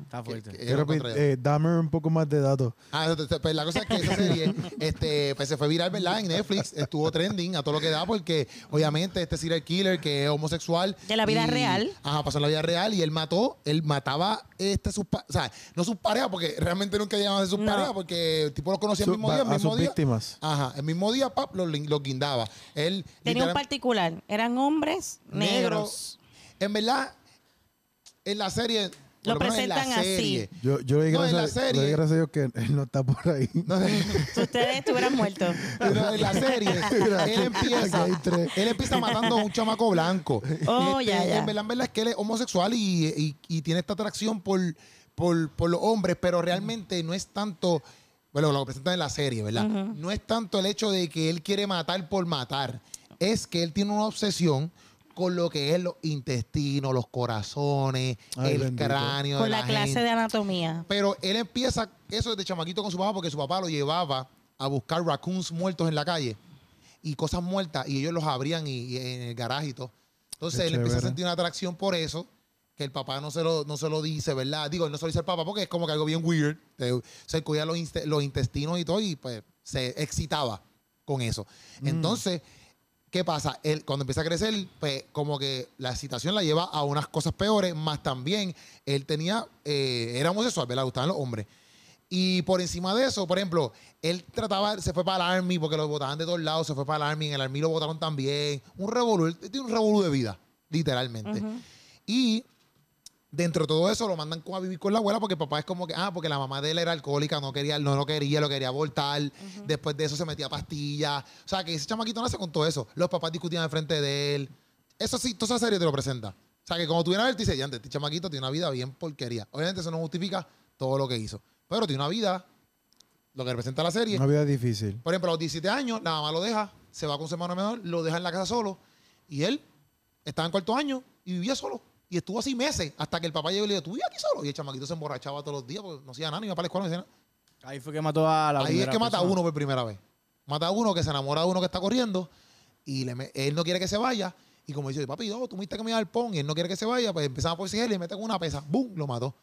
Está fuerte.
Que- que
Quiero
lo
pe-
encontré.
eh, dame un poco más de datos.
Ah, eso te- pues la cosa es que esa serie este, pues se fue viral, ¿verdad? En Netflix estuvo trending a todo lo que da porque obviamente este serial killer que es homosexual.
De la vida real.
Ajá, pasó en la vida real y él mató, él mataba este, sus pa- o sea, no sus parejas porque realmente nunca llegaban a ser sus
No.
parejas porque el tipo los conocía el
Su-
mismo
va-
día, el
a
mismo
sus
día.
víctimas.
Ajá, el mismo día, pap, los, lin- los guindaba. Él
Tenía un
literal-
particular. Eran hombres
negro.
negros.
En verdad, en la serie, por
Lo
menos en la
presentan así.
serie,
Yo, yo le di
No, en
gracias,
la
le di
serie.
gracias a Dios que él no está por ahí.
Si ustedes estuvieran muertos.
Pero en la serie, él empieza,
Aquí hay tres.
él empieza matando a un chamaco blanco.
Oh,
Este,
ya, ya.
En verdad, en verdad es que él es homosexual y, y- y tiene esta atracción por, por, por los hombres, pero realmente no es tanto. Bueno, lo presentan en la serie, ¿verdad? No es tanto el hecho de que él quiere matar por matar. Es que él tiene una obsesión con lo que es los intestinos, los corazones,
Ay,
el
bendito.
cráneo.
Con
de
la, clase
gente.
de anatomía.
Pero él empieza eso desde chamaquito con su papá porque su papá lo llevaba a buscar raccoons muertos en la calle y cosas muertas y ellos los abrían y, y en el garaje y todo. Entonces
Qué
él empieza a
chévere.
sentir una atracción por eso que el papá no se lo, no se lo dice, ¿verdad? Digo, él no se lo dice al papá porque es como que algo bien weird. Eh, Se cuida los, inste- los intestinos y todo y pues se excitaba con eso. Entonces, ¿qué pasa? Él, cuando empieza a crecer, pues como que la excitación la lleva a unas cosas peores, más también él tenía, eh, era homosexual, ¿verdad? Le gustaban los hombres. Y por encima de eso, por ejemplo, él trataba, se fue para el Army porque lo botaban de todos lados, se fue para el Army, en el Army lo botaron también. Un revolú, él tiene un revolú de vida, literalmente. Y dentro de todo eso lo mandan con- a vivir con la abuela porque el papá es como que, ah, porque la mamá de él era alcohólica, no quería, no lo quería, lo quería abortar. Después de eso se metía pastillas. O sea, que ese chamaquito nace con todo eso. Los papás discutían al frente de él. Eso sí, toda esa serie te lo presenta. O sea, que como tú vienes a ver, te dice, ya, este chamaquito tiene una vida bien porquería. Obviamente eso no justifica todo lo que hizo. Pero tiene una vida, lo que representa la serie,
Una vida difícil.
por ejemplo, a los 17 años, la mamá lo deja, se va con su hermano menor, lo deja en la casa solo. Y él estaba en cuarto año y vivía solo. Y estuvo así meses hasta que el papá llegó y le dijo, ¿tú vivías aquí solo? Y el chamaquito se emborrachaba todos los días porque no hacía nada, ni iba para la escuela, no hacía nada.
Ahí fue que mató a la
Ahí es
primera
que mata a
persona.
uno por primera vez. Mata a uno que se enamora de uno que está corriendo y le me- él no quiere que se vaya. Y como dice, papi, no, tú me diste que me iba al pon y él no quiere que se vaya, pues empezaba por perseguirle y le mete con una pesa. ¡Bum! Lo mató.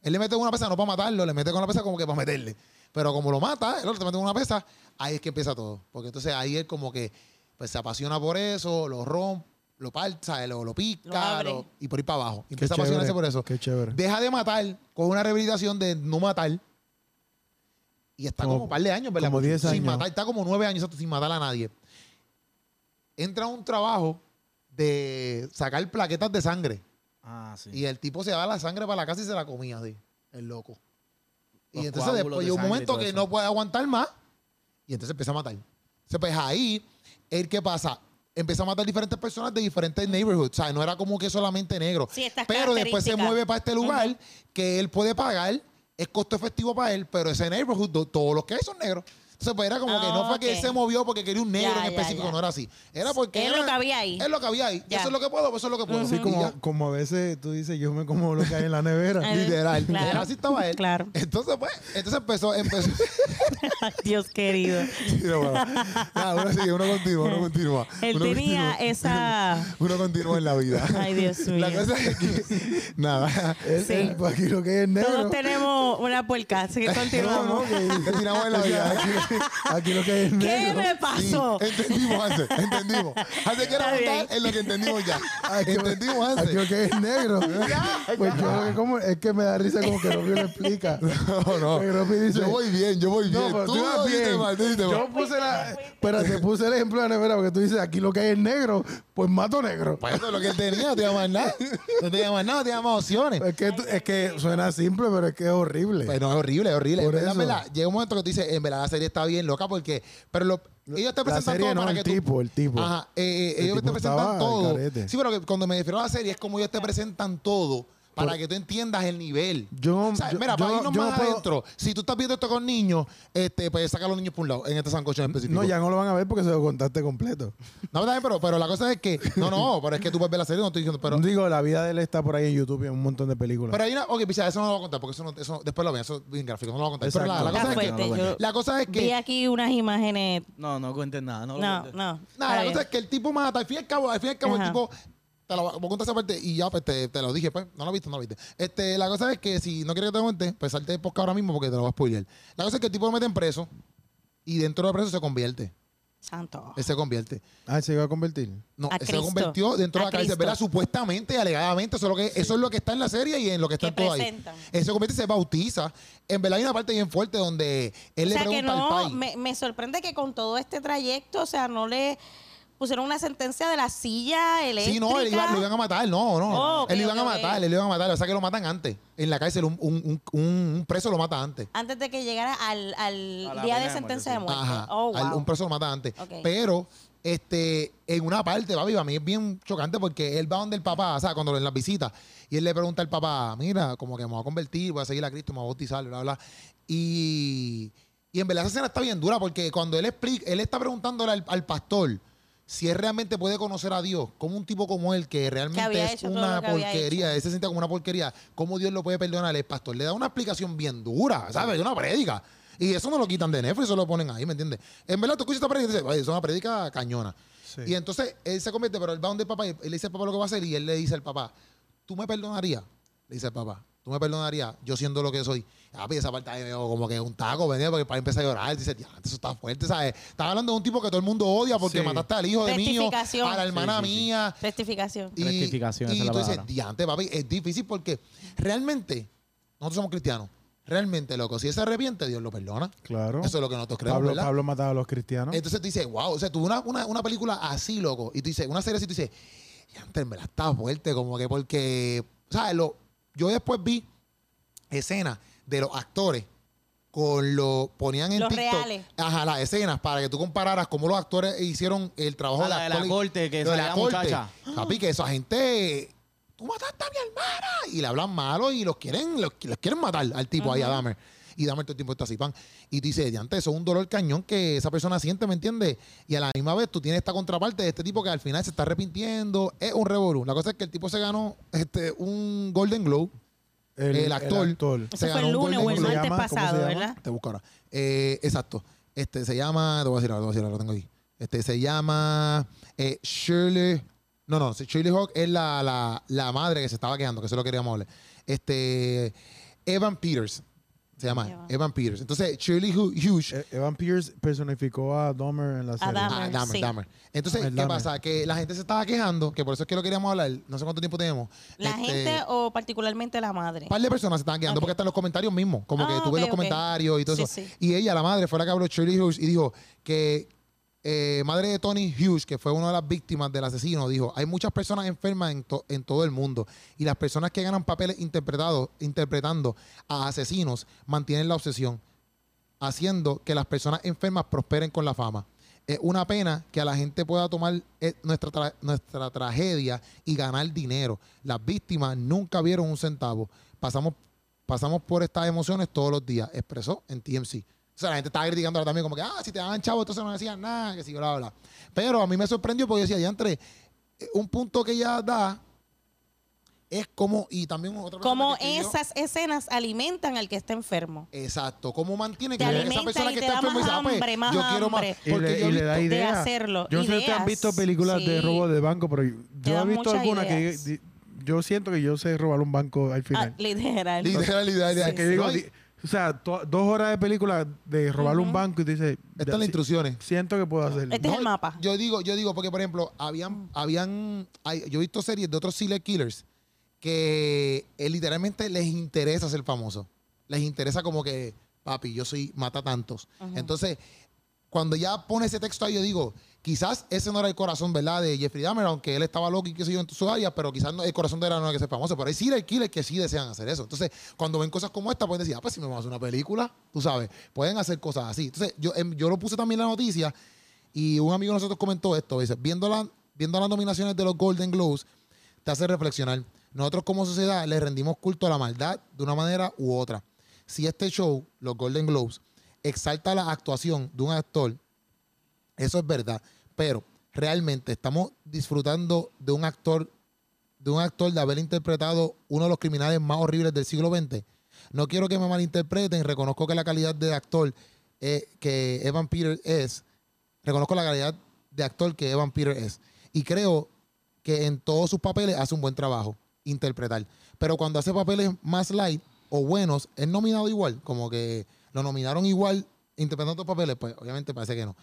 Él le mete con una pesa no para matarlo, le mete con la pesa como que para meterle. Pero como lo mata, el otro te mete con una pesa, ahí es que empieza todo. Porque entonces ahí él como que pues, se apasiona por eso, lo rompe, lo parta, lo, lo pica,
Lo abre.
lo- y por ir para abajo. Y
Qué
empieza
chévere,
a apasionarse por eso.
Qué chévere.
Deja de matar con una rehabilitación de no matar. Y está como,
Como-
un par de años, ¿verdad?
como 10
Sin
años.
matar, está como nueve años exacto, sin matar a nadie. Entra a un trabajo de sacar plaquetas de sangre.
Ah, sí.
Y el tipo se daba la sangre para la casa y se la comía así, el loco.
Los
y entonces
coágulos
después
de
llega un
sangre y
momento
todo
que
eso.
no puede aguantar más y entonces empieza a matar. Entonces, pues ahí, el que pasa, empezó a matar diferentes personas de diferentes neighborhoods. O sea, no era como que solamente negro.
Sí, estas
pero después se
características.
mueve para este lugar que él puede pagar, es costo efectivo para él, pero ese neighborhood, do- todos los que hay son negros. Entonces, pues era como que no
Ah,
fue que él
ok.
se movió porque quería un negro
Ya,
en
ya,
específico,
ya.
no era así. Era porque.
Es lo
era-
que había ahí.
Es lo que había ahí.
Ya.
Eso es lo que puedo, pues eso es lo que puedo.
Así
Y ya.
como, como a veces tú dices, yo me como lo que hay en la nevera.
Ay,
Literal.
claro.
Así estaba él.
Claro.
Entonces, pues, entonces empezó, empezó.
Ay, Dios querido.
Mira, bueno,
Ah,
nada, uno sigue, uno continúa, uno continúa.
Él
uno
tenía
continúa.
esa.
Uno continúa en la vida.
Ay, Dios
La
mío.
cosa es que, nada,
Él-
Sí.
él, pues, aquí lo que hay es negro.
Todos tenemos una puerca, así que
No, no,
continuamos.
que-
terminamos en la vida.
aquí, aquí lo que hay es
¿Qué
negro.
me
Sí,
pasó?
entendimos, Hansel, entendimos. Hansel quiere
Está bien.
apuntar en lo que entendimos ya.
Aquí,
Entendimos,
aquí
Hansel.
lo Ah, que hay es negro. Pues yo lo que como es que me da risa como que Ropi me explica.
No, no.
Porque Ropi dice,
Yo voy bien, yo voy
No,
bien.
pero
tú
tú ibas
no dijiste
bien.
mal, tú dijiste mal.
Yo puse la. Pero te puse el ejemplo de la nevera porque tú dices aquí lo que hay es negro, pues mato negro.
Pues eso es lo que él tenía, no te llamas nada. No te llamas nada, no te llamas opciones.
Es que, tú- es que suena simple, pero es que es horrible.
Pues no, es horrible, es horrible.
Por
en verdad,
eso.
en verdad, llega un momento que tú dices, en verdad la serie está bien loca porque. Pero lo- ellos te
la
presentan
serie
todo
no,
para
el
que tú-
tipo, el tipo.
Ajá, eh, eh,
El
ellos
tipo
te presentan
estaba al
todo.
garete.
Sí, pero que cuando me refiero a la serie es como ellos te presentan todo para que tú entiendas el nivel.
Yo-
O sea,
yo-
mira,
yo-
para irnos
yo
más
no puedo-
adentro, si tú estás viendo esto con niños, este, pues saca a los niños por un lado, en este sancocho en específico.
no, ya no lo van a ver porque se lo contaste completo.
No, está bien, pero, pero la cosa es que, no, no, pero es que tú puedes ver la serie, no estoy diciendo, pero
Digo, la vida de él está por ahí en YouTube y en un montón de películas.
Pero hay una. Ok, picha, eso no lo voy a contar, porque eso, no, eso después lo ven, eso es bien gráfico, no lo voy a contar. Pero la, la
Está
cosa es
fuerte.
que.
Yo
La cosa es
vi
que.
aquí unas imágenes.
No, no cuentes nada. No, lo
No,
cuentes.
no.
Nada,
está
la cosa
bien.
es que el tipo mata, al fin y al cabo, al fin y al cabo, el
Ajá.
tipo. Te lo voy a contar esa parte y ya pues, te, te lo dije, pues. No lo viste, no lo viste. Este, la cosa es que si no quieres que te cuente, pues salte de podcast ahora mismo porque te lo voy a spoiler. La cosa es que el tipo lo meten preso y dentro de preso se convierte.
Santo.
Él se convierte.
Ah, se iba a convertir.
No,
A
él se
Cristo.
convirtió dentro
A
de la cárcel,
Cristo.
¿verdad? Supuestamente, alegadamente, eso es, lo que, eso es lo que está en la serie y en lo que está
Que
en todo ahí.
presentan.
Él se convierte y se bautiza. En verdad hay una parte bien fuerte donde él
O sea
le
que
pregunta al
no,
pai.
me, me sorprende que con todo este trayecto, o sea, no le pusieron una sentencia de la silla eléctrica.
Sí, no, él iba- lo iban a matar, no, no.
Oh, ok,
él lo iban
ok,
a
ok.
matar, él lo iban a matar. O sea que lo matan antes. En la cárcel, un, un- un- un- un preso lo mata antes.
Antes de que llegara al, al
A la
día
pena
de
de
sentencia de muerte.
Ajá.
Oh,
Al-
wow.
un preso lo mata antes.
Ok.
Pero, este, en una parte, papi, para mí es bien chocante porque él va donde el papá, o sea, cuando en las visitas, y él le pregunta al papá, mira, como que me voy a convertir, voy a seguir a Cristo, me voy a bautizar, bla, bla. Y, y en verdad esa escena está bien dura porque cuando él explica, él está preguntándole al, al pastor si él realmente puede conocer a Dios, como un tipo como él, que realmente
había
es
hecho todo
una
lo que había
porquería, él se siente como una porquería, cómo Dios lo puede perdonar, el pastor le da una explicación bien dura, ¿sabes? Una prédica. Y eso no lo quitan de Netflix, eso lo ponen ahí, ¿me entiendes? En verdad, tú escuchas esta prédica y dices, "Oye, es una prédica cañona. Y entonces él se convierte, pero él va donde el papá y él le dice al papá lo que va a hacer y él le dice al papá, ¿tú me perdonarías? Le dice al papá, ¿tú me perdonarías yo siendo lo que soy? Ah, pues esa parte ahí veo como que un taco, venía porque para empezar a llorar, dice, ya, eso está fuerte, ¿sabes? Estaba hablando de un tipo que todo el mundo odia porque
Sí.
mataste al hijo de mío,
Rectificación.
a la hermana
Sí, sí, sí.
mía.
Rectificación.
Y,
Rectificación,
y
esa es la
tú dices,
palabra.
diante, papi, es difícil porque realmente nosotros somos cristianos. Realmente, loco, si él se arrepiente, Dios lo perdona.
Claro.
Eso es lo que nosotros creemos,
Pablo,
¿verdad?
Pablo mataba a los cristianos.
Entonces tú dices, wow, o sea, tú una, una, una película así, loco, y tú dices, una serie así, tú dices, ya antes me la estaba fuerte, como que porque, ¿sabes? Lo, yo después vi escenas de los actores con lo ponían en
Los
TikTok,
reales.
ajá, las escenas para que tú compararas cómo los actores hicieron el trabajo
Ah, la de la
actor-
corte, que
lo de
salía la muchacha.
Papi, que esa gente tú mataste a mi hermana y le hablan malo y los quieren los, los quieren matar al tipo ahí a Dahmer y Dahmer todo el tiempo está así pan y tú dices antes eso es un dolor cañón que esa persona siente ¿me entiendes? y a la misma vez tú tienes esta contraparte de este tipo que al final se está arrepintiendo es un revolú la cosa es que el tipo se ganó este un Golden Globe el, actor,
Eso fue el
ganó un
lunes o el
Golden
¿Cómo se llama?
Globe.
martes
¿Cómo se
pasado,
llama?
¿verdad?
Te busco ahora. Eh, exacto. Este se llama, te voy a decir ahora, te voy a decir ahora, lo tengo aquí. Este se llama eh, Shirley. No, no, Shirley Hawk es la, la, la madre que se estaba quedando, que eso es lo que queríamos hablar. Este, Evan Peters. Se llama Evan,
Evan.
Peters. Entonces, Shirley Hu- Hughes
E- Evan Pierce personificó a Dahmer en la serie.
Dahmer.
Ah, Dahmer,
sí.
Dahmer. Entonces,
Dahmer,
¿qué
Dahmer.
pasa? Que la gente se estaba quejando, que por eso es que lo queríamos hablar. No sé cuánto tiempo tenemos.
La
Este,
gente o particularmente la madre.
Un par de personas se estaban quedando
Ok.
porque están los comentarios mismos. Como que
Ah,
tú ves
ok,
los
ok.
comentarios y todo
Sí,
eso.
sí.
Y ella, la madre, fue la que habló Shirley Hughes y dijo que eh, madre de Tony Hughes, que fue una de las víctimas del asesino, dijo, hay muchas personas enfermas en, to- en todo el mundo y las personas que ganan papeles interpretados, interpretando a asesinos, mantienen la obsesión, haciendo que las personas enfermas prosperen con la fama. es una pena que a la gente pueda tomar eh, nuestra, tra- nuestra tragedia y ganar dinero. Las víctimas nunca vieron un centavo. Pasamos, pasamos por estas emociones todos los días, expresó en TMC. O sea, la gente estaba criticando ahora también como que, ah, si te daban chavo, entonces no decían nada, que si bla, bla, bla. Pero a mí me sorprendió porque yo decía, ya entre un punto que ella da es como, y también otra persona
Como
que escribió-
esas escenas alimentan al que está enfermo.
Exacto. ¿Cómo mantiene
Te
que esa
alimenta
persona
y
que
te
está
da más
enferma y dice, ah, pues,
hambre, más
yo quiero más?
hambre.
Y
Porque
le- y
yo he
le
visto-
da idea.
hacerlo,
Yo no sé si ustedes han
ideas,
visto películas de
sí.
robo de banco, pero yo, yo he
dan
visto
muchas
alguna que
ideas.
di- yo siento que yo sé robar un banco al
Ah,
final.
literal.
Literal, literal,
Sí,
literal.
que
sí.
digo,
No, y-
di- o sea, to- dos horas de película de robar un banco y tú dices,
Estas
ya,
son las
si-
instrucciones.
siento que puedo hacerlo.
Este es el mapa.
Yo digo, yo digo, porque por ejemplo, habían, habían, hay- yo he visto series de otros serial killers que eh, literalmente les interesa ser famoso. Les interesa como que, papi, yo soy mata tantos. Entonces, cuando ya pone ese texto ahí, yo digo, quizás ese no era el corazón, ¿verdad? De Jeffrey Dahmer, aunque él estaba loco y qué sé yo en sus áreas, pero quizás no- el corazón de él no era que ser famoso. Pero hay serial killers que sí desean hacer eso. Entonces, cuando ven cosas como esta, pueden decir, ah, pues si me vamos a hacer una película, tú sabes, pueden hacer cosas así. Entonces, yo, em, yo lo puse también en la noticia y un amigo de nosotros comentó esto, dice, viendo, la- viendo las nominaciones de los Golden Globes, te hace reflexionar. Nosotros como sociedad le rendimos culto a la maldad de una manera u otra. Si este show, los Golden Globes, exalta la actuación de un actor, eso es verdad, pero realmente estamos disfrutando de un actor de un actor de haber interpretado uno de los criminales más horribles del siglo XX. No quiero que me malinterpreten, reconozco que la calidad de actor eh, que Evan Peters es, reconozco la calidad de actor que Evan Peters es. Y creo que en todos sus papeles hace un buen trabajo, interpretar. Pero cuando hace papeles más light o buenos, es nominado igual, como que lo nominaron igual interpretando papeles, pues obviamente parece que no.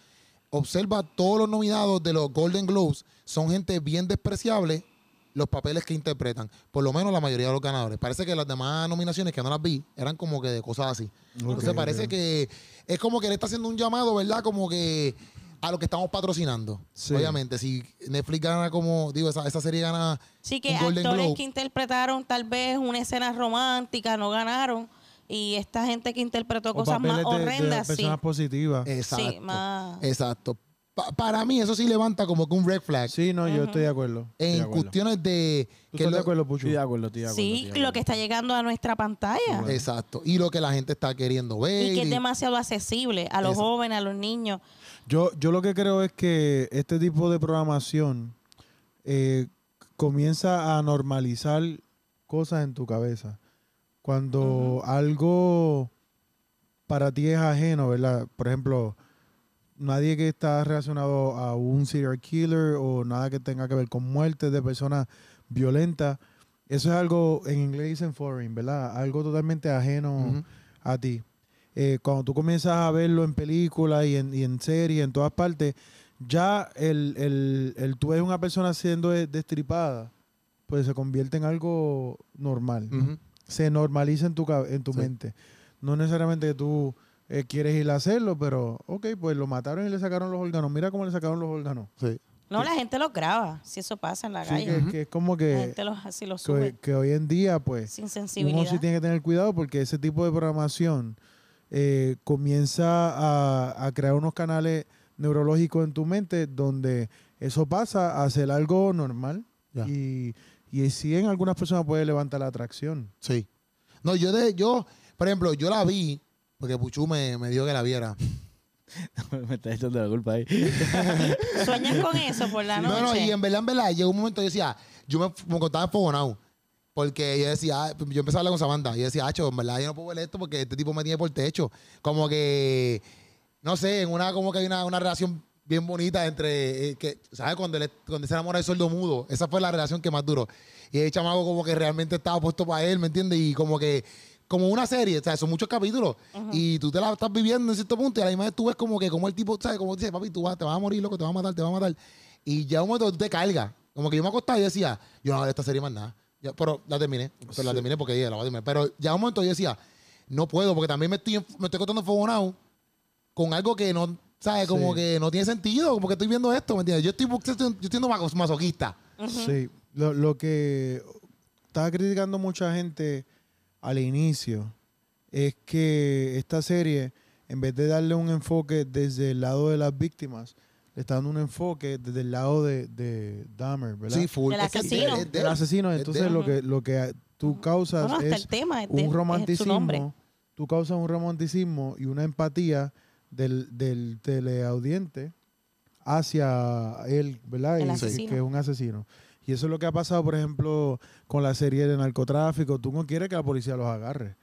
Observa todos los nominados de los Golden Globes, son gente bien despreciable los papeles que interpretan, por lo menos la mayoría de los ganadores. Parece que las demás nominaciones que no las vi eran como que de cosas así. Entonces
Ok,
parece
ok.
que es como que le está haciendo un llamado, ¿verdad? Como que a lo que estamos patrocinando.
Sí.
Obviamente, si Netflix gana como, digo, esa, esa serie gana
Sí, que
un Golden
actores
Globe.
que interpretaron tal vez una escena romántica no ganaron. Y esta gente que interpretó cosas más
papeles de- de
horrendas, sí.
personas positivas.
Exacto.
más-
Exacto. Pa- para mí eso sí levanta como que un red flag
sí, no, yo estoy de acuerdo.
en
de acuerdo.
cuestiones de...
¿Tú
que
estás de
lo-
acuerdo, Puchu?
Estoy de acuerdo, estoy de acuerdo.
Sí,
estoy de
lo
acuerdo.
que está llegando a nuestra pantalla.
Exacto. Y lo que la gente está queriendo ver.
Y que es
y-
demasiado accesible a los
Eso.
jóvenes, a los niños.
Yo, yo lo que creo es que este tipo de programación eh, comienza a normalizar cosas en tu cabeza. Cuando algo para ti es ajeno, ¿verdad? Por ejemplo, nadie que está relacionado a un serial killer o nada que tenga que ver con muertes de personas violentas, eso es algo, en inglés dicen foreign, ¿verdad? Algo totalmente ajeno
Ujú.
a ti. Eh, cuando tú comienzas a verlo en películas y en, y en series, en todas partes, ya el, el, el tú ves una persona siendo de- destripada, pues se convierte en algo normal.
Ujú.
Se normaliza en tu, cabe- en tu
Sí.
mente. No necesariamente tú eh, quieres ir a hacerlo, pero, ok, pues lo mataron y le sacaron los órganos. Mira cómo le sacaron los órganos.
No, la gente los graba, si eso pasa en la
Sí,
calle.
que, que es como
La
que,
gente los, así los
que,
sube,
que hoy en día, pues,
sin
uno
sensibilidad.
sí tiene que tener cuidado porque ese tipo de programación eh, comienza a, a crear unos canales neurológicos en tu mente donde eso pasa a ser algo normal
Ya.
y, y sí en algunas personas puede levantar la atracción.
Sí. No, yo, de, yo, por ejemplo, yo la vi, porque Puchu me, me dio que la viera.
me está echando la culpa ahí.
Sueñan con eso por la
No,
noche.
no, y en verdad, en verdad, llegó un momento yo decía, yo me, me contaba enfogonado. Porque yo decía, ah, yo empecé a hablar con Samantha. Yo decía, acho, en verdad yo no puedo ver esto porque este tipo me tiene por techo. Como que, no sé, en una, como que hay una, una relación bien bonita entre, eh, que, ¿sabes? Cuando, él- cuando se enamora del sordo mudo, esa fue la relación que más duró. Y el chamaco como que realmente estaba puesto para él, ¿me entiendes? Y como que, como una serie, o sea, son muchos capítulos. Y tú te la estás viviendo en cierto punto y a la misma vez tú ves como que, como el tipo, ¿sabes? Como dice, papi, tú vas, te vas a morir, loco, te vas a matar, te vas a matar. Y ya un momento tú te cargas. Como que yo me acostaba y decía, yo no voy a ver esta serie más nada. Ya, pero la terminé. Pero la terminé porque ya la voy a terminar. Pero ya un momento yo decía, no puedo porque también me estoy, enf- me estoy contando enfogonado con algo que no, ¿sabes? Como
Sí.
que no tiene sentido, como que estoy viendo esto, ¿me entiendes? Yo estoy, bu- yo estoy, yo estoy siendo maso- masoquista.
Sí, lo, lo que estaba criticando mucha gente al inicio es que esta serie, en vez de darle un enfoque desde el lado de las víctimas, le está dando un enfoque desde el lado de, de Dahmer, ¿verdad?
Sí, full.
Del
Es que
asesino.
es de- es de-
del asesino.
es
Entonces
de-
lo que, lo que tú causas
Bueno, hasta
es
el tema es de-
un
es su nombre.
romanticismo. Tú causas un romanticismo y una empatía del, del teleaudiente hacia él, ¿verdad?
El
Y-
asesino.
Que es un asesino. Y eso es lo que ha pasado, por ejemplo, con la serie de narcotráfico. Tú no quieres que la policía los agarre.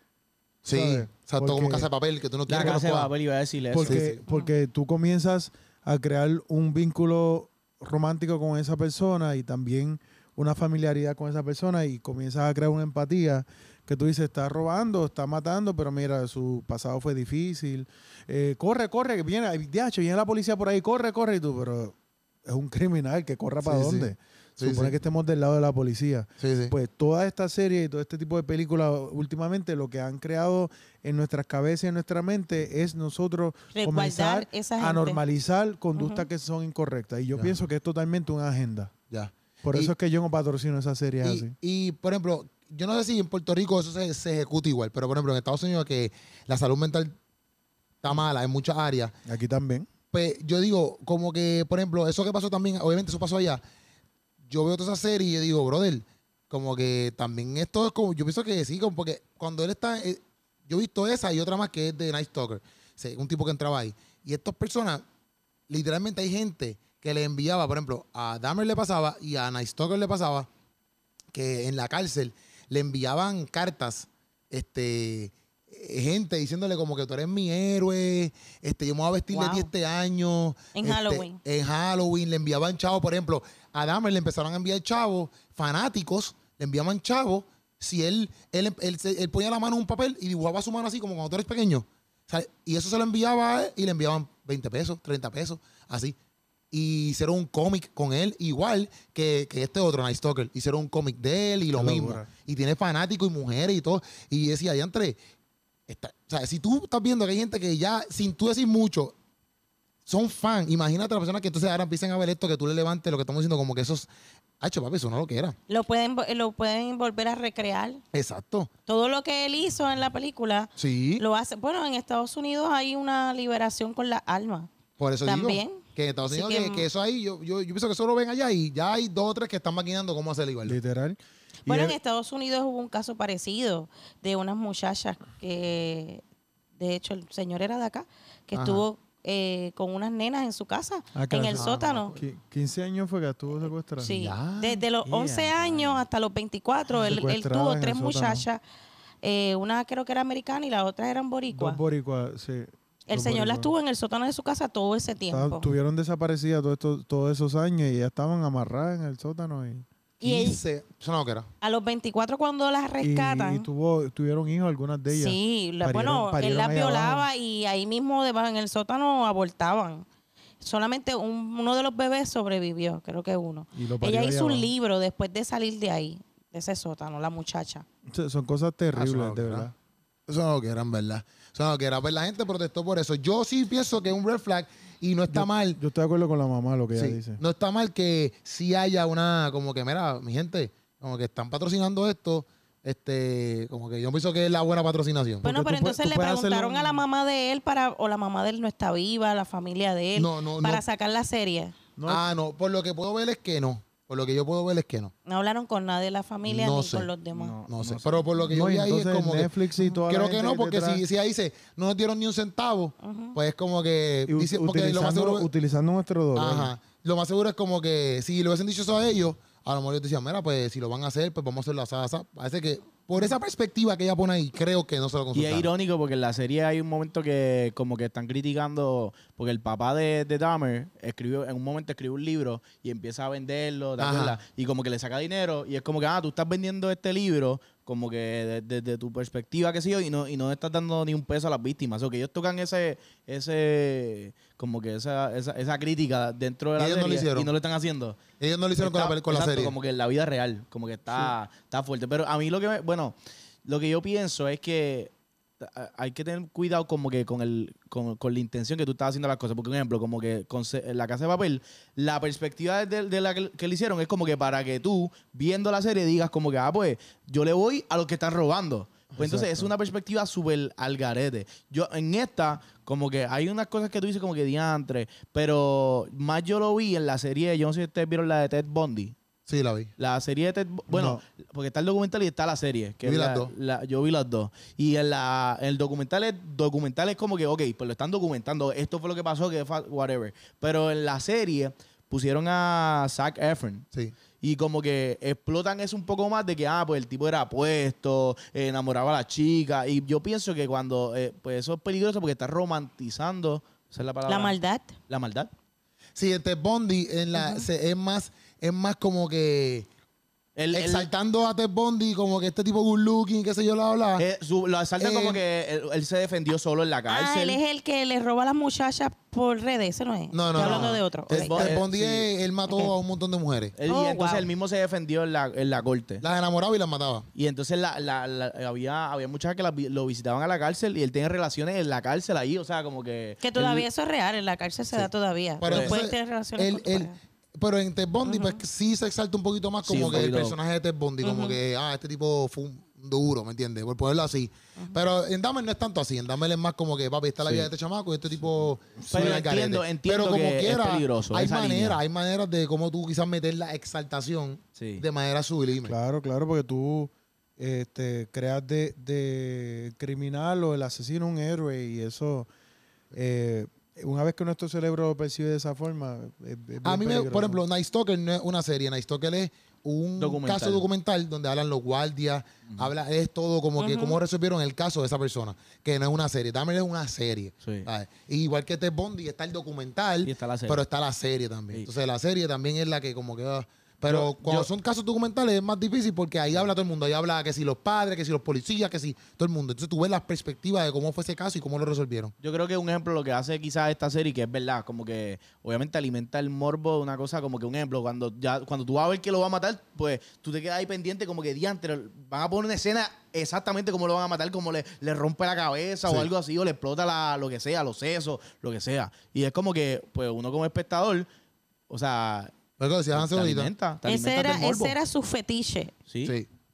Sí,
¿sabes?
exacto, como
Porque-
casa de papel, que tú no
La
quieres que
casa
los
de
cojan.
papel iba a decirle eso.
Porque, porque tú comienzas a crear un vínculo romántico con esa persona y también una familiaridad con esa persona y comienzas a crear una empatía que tú dices, está robando, está matando, pero mira, su pasado fue difícil. Eh, corre, corre, que viene, ay, diache, viene la policía por ahí, corre, corre, y tú, pero es un criminal que corra para
Sí, sí.
dónde.
Sí,
Supone
sí.
que estemos del lado de la policía
Sí, sí.
pues toda esta serie y todo este tipo de películas últimamente lo que han creado en nuestras cabezas y en nuestra mente es nosotros
Resguardar
comenzar
esa gente.
a normalizar conductas
Ujú.
que son incorrectas. Y yo
Ya.
pienso que es totalmente una agenda.
ya.
Por
Y-
eso es que yo no patrocino esa serie
Y,
así.
y, por ejemplo, yo no sé si en Puerto Rico eso se, se ejecuta igual, pero por ejemplo en Estados Unidos que la salud mental está mala en muchas áreas,
Aquí también.
pues yo digo, como que, por ejemplo, eso que pasó también, obviamente eso pasó allá, yo veo toda esa serie y yo digo, brother, como que también esto es como, yo pienso que sí, como porque cuando él está, eh, yo he visto esa y otra más que es de Night Stalker, se- un tipo que entraba ahí, y estas personas, literalmente hay gente que le enviaba, por ejemplo, a Dahmer le pasaba y a Night Stalker le pasaba, que en la cárcel le enviaban cartas, este, eh, gente diciéndole como que tú eres mi héroe, este, yo me voy a vestir de
Wow.
ti este año.
En
este,
Halloween.
En Halloween le enviaban chavos, por ejemplo, a Dahmer le empezaron a enviar chavos, fanáticos, le enviaban chavos, si él, él, él se- él ponía la mano en un papel y dibujaba su mano así como cuando tú eres pequeño. O sea, Y eso se lo enviaba a él y le enviaban 20 pesos, 30 pesos, así y hicieron un cómic con él, igual que, que este otro, Night Stalker. Hicieron un cómic de él y lo
Qué
mismo.
locura.
Y tiene fanáticos y mujeres y todo. Y yo decía, ya entre. o sea, si tú estás viendo que hay gente que ya, sin tú decir mucho, son fan. Imagínate a las personas que entonces ahora empiezan a ver esto, que tú le levantes lo que estamos diciendo, como que esos. Hacho, papi, eso no lo que era.
Lo pueden, vo- lo pueden volver a recrear.
Exacto.
Todo lo que él hizo en la película
Sí.
lo hace. Bueno, en Estados Unidos hay una liberación con las almas.
Por eso
También.
digo que en Estados
Así
Unidos,
que-
que, que eso ahí, yo, yo, yo pienso que eso lo ven allá y ya hay dos o tres que están maquinando cómo hacer igual.
Literal. Y
Bueno, en
él-
Estados Unidos hubo un caso parecido de unas muchachas que, de hecho, el señor era de acá, que
Ajá.
estuvo eh, con unas nenas en su casa,
Ah,
en
claro.
el
Ah,
sótano.
qui- 15 años fue que estuvo secuestrado.
Sí,
Ya.
desde los 11 años hasta los 24, él, él
Secuestrada
tuvo
en el
tres
sótano.
muchachas, eh, una creo que era americana y la otra eran boricua.
Dos boricuas, sí.
el
Dos
señor las
boricuas.
tuvo en el sótano de su casa todo ese
Estaban-
tiempo.
Tuvieron desaparecidas todos estos- todos esos años y ya estaban amarradas en el sótano. Y,
Y él-
15, Eso no lo que era.
a los 24 cuando las
y-
rescatan,
y tuvo, tuvieron hijos algunas de ellas.
sí, la-
Parieron-
bueno, él
parieron
las
ahí
violaba y ahí mismo debajo en el sótano abortaban. Solamente un- uno de los bebés sobrevivió, creo que uno.
Y lo parió
Ella
ahí
hizo un
abajo.
libro después de salir de ahí, de ese sótano, la muchacha.
Sí, Son cosas terribles,
Ah, eso no,
de
¿verdad?
verdad.
Eso no lo que era, en verdad. Eso no lo que era. Pues la gente protestó por eso. Yo sí pienso que es un red flag y no está mal.
Yo estoy de acuerdo con la mamá, lo que
sí,
ella dice.
no está mal que sí haya una, como que, mira, mi gente, como que están patrocinando esto. Este, como que yo pienso que es la buena patrocinación.
Pues,
Bueno,
Porque
pero
tú pue-
entonces
tú
le
puedes hacerle
preguntaron a la
un-
mamá de él para o la mamá de él no está viva, la familia de él,
No, no,
para
no.
sacar la serie.
No,
Ah, no, por lo que puedo ver es que no. Por lo que yo puedo ver es que no.
No hablaron con nadie de la familia
No
ni
sé.
con los demás.
No, sé. Pero por lo que yo
No, y
vi ahí es
entonces
como
Netflix y toda
que.
la
Creo que
gente
no,
que
porque
detrás-
si, si ahí dice, no nos dieron ni un centavo, pues es como que.
y u-
dice- porque lo más
utilizando,
seguro-
utilizando nuestro dolor.
Ajá. Lo más seguro es como que si lo hubiesen dicho eso a ellos, a lo mejor ellos decían, mira, pues si lo van a hacer, pues vamos a hacerlo así, así. Parece que por esa perspectiva que ella pone ahí, creo que no se lo
Y es
consultaron.
irónico porque en la serie hay un momento que como que están criticando, porque el papá de, de Dahmer escribió, en un momento escribió un libro y empieza a venderlo, ¿te
Ajá.
acuerdas? Y como que le saca dinero y es como que, ah, tú estás vendiendo este libro como que de- desde tu perspectiva, qué sé yo, y no, y no estás dando ni un peso a las víctimas. O sea, que ellos tocan ese, ese, como que esa, esa, esa crítica dentro de la
Y ellos no lo
serie
hicieron.
y no lo están haciendo.
Ellos no lo hicieron con la,
Está-
pel- con la
exacto,
serie.
como que en la vida real, como que está, está fuerte. Pero a mí lo que me- bueno, lo que yo pienso es que a- hay que tener cuidado como que con el con, con la intención que tú estás haciendo las cosas. Porque, por ejemplo, como que con se- en la casa de papel, la perspectiva de, de la que, que le hicieron es como que para que tú, viendo la serie, digas como que, ah, pues, yo le voy a los que están robando.
Pues entonces es una perspectiva súper al garete. Yo en esta, como que hay unas cosas que tú dices como que diantre, pero más yo lo vi en la serie, yo no sé si ustedes vieron la de Ted Bundy.
Sí, la vi.
La serie de Ted Bu- Bueno, porque está el documental y está la serie. Que
Yo vi
es
las
la-
dos.
la- yo vi las dos. Y en, la, en el documental es, documental es como que, ok, pues lo están documentando. Esto fue lo que pasó, que fa- whatever. Pero en la serie pusieron a Zac Efron.
Sí.
Y como que explotan eso un poco más de que, ah, pues el tipo era apuesto, eh, enamoraba a la chica. Y yo pienso que cuando, eh, pues eso es peligroso porque está romantizando, esa es la palabra.
La maldad.
La maldad.
Sí, en Ted Bondi en la, se- es, más, es más como que
El, el-
exaltando a Ted Bondi, como que este tipo good looking, qué sé yo, la hablaba.
eh, su- lo asaltan
Eh,
como que él, él se defendió solo en la
Ah, él
cárcel.
es el que le roba a las muchachas por redes, ese no es.
No, no,
Estoy
no.
hablando de otro.
Ted,
ok.
Bo-
Ted
eh,
Bundy,
sí.
eh, él mató
Ok.
a un montón de mujeres.
Él-
Oh,
y entonces
wow.
él mismo se defendió en la, en la corte.
Las enamoraba y las mataba.
y entonces la, la- la- había, había muchas que la vi- lo visitaban a la cárcel y él tenía relaciones en la cárcel ahí, o sea, como que...
Que todavía
él-
eso es real, en la cárcel se da todavía.
Pero
Pero puedes
entonces,
tener relaciones
él-
con tu
él-
pareja.
pero en Ted Bondi, pues sí se exalta un poquito más
Sí,
como
un
que el
poquito.
personaje de Ted Bondi, como que, ah, este tipo fue un duro, ¿me entiendes? Por ponerlo así. Pero en Dahmer no es tanto así. En Dahmer es más como que, papi, está la
Sí.
vida de este chamaco y este tipo...
Pero
suena al garete.
entiendo- entiendo
Pero como
que es
quiera,
peligroso
hay
esa
maneras,
línea.
hay maneras de cómo tú quizás meter la exaltación
Sí.
de manera sublime.
Claro, claro, porque tú este, creas de, de criminal o el asesino un héroe y eso, eh, una vez que nuestro cerebro lo percibe de esa forma, es- es bien
A mí, me,
peligroso.
por ejemplo, Night Stalker no es una serie. Night Stalker es un
Documental.
caso documental donde hablan los guardias, habla, es todo como que cómo resolvieron el caso de esa persona, que no es una serie. También es una serie.
Sí.
¿sabes? Y igual que Ted Bondi, está el documental,
Y está la serie.
pero está la serie también.
Sí.
Entonces, la serie también es la que como que... ah, pero
Yo-
cuando
yo-
son casos documentales es más difícil porque ahí habla todo el mundo. Ahí habla que si los padres, que si los policías, que si todo el mundo. Entonces tú ves las perspectivas de cómo fue ese caso y cómo lo resolvieron.
Yo creo que un ejemplo lo que hace quizás esta serie, que es verdad, como que obviamente alimenta el morbo de una cosa, como que un ejemplo, cuando ya cuando tú vas a ver que lo va a matar, pues tú te quedas ahí pendiente como que diantre, van a poner una escena exactamente como lo van a matar, como le, le rompe la cabeza
Sí.
o algo así, o le explota la, lo que sea, los sesos, lo que sea. Y es como que, pues uno como espectador, o sea,
Pero decías hace
te
ahorita.
alimenta, te
Ese
alimenta
era,
del morbo.
ese era su fetiche.
Sí.
Sí.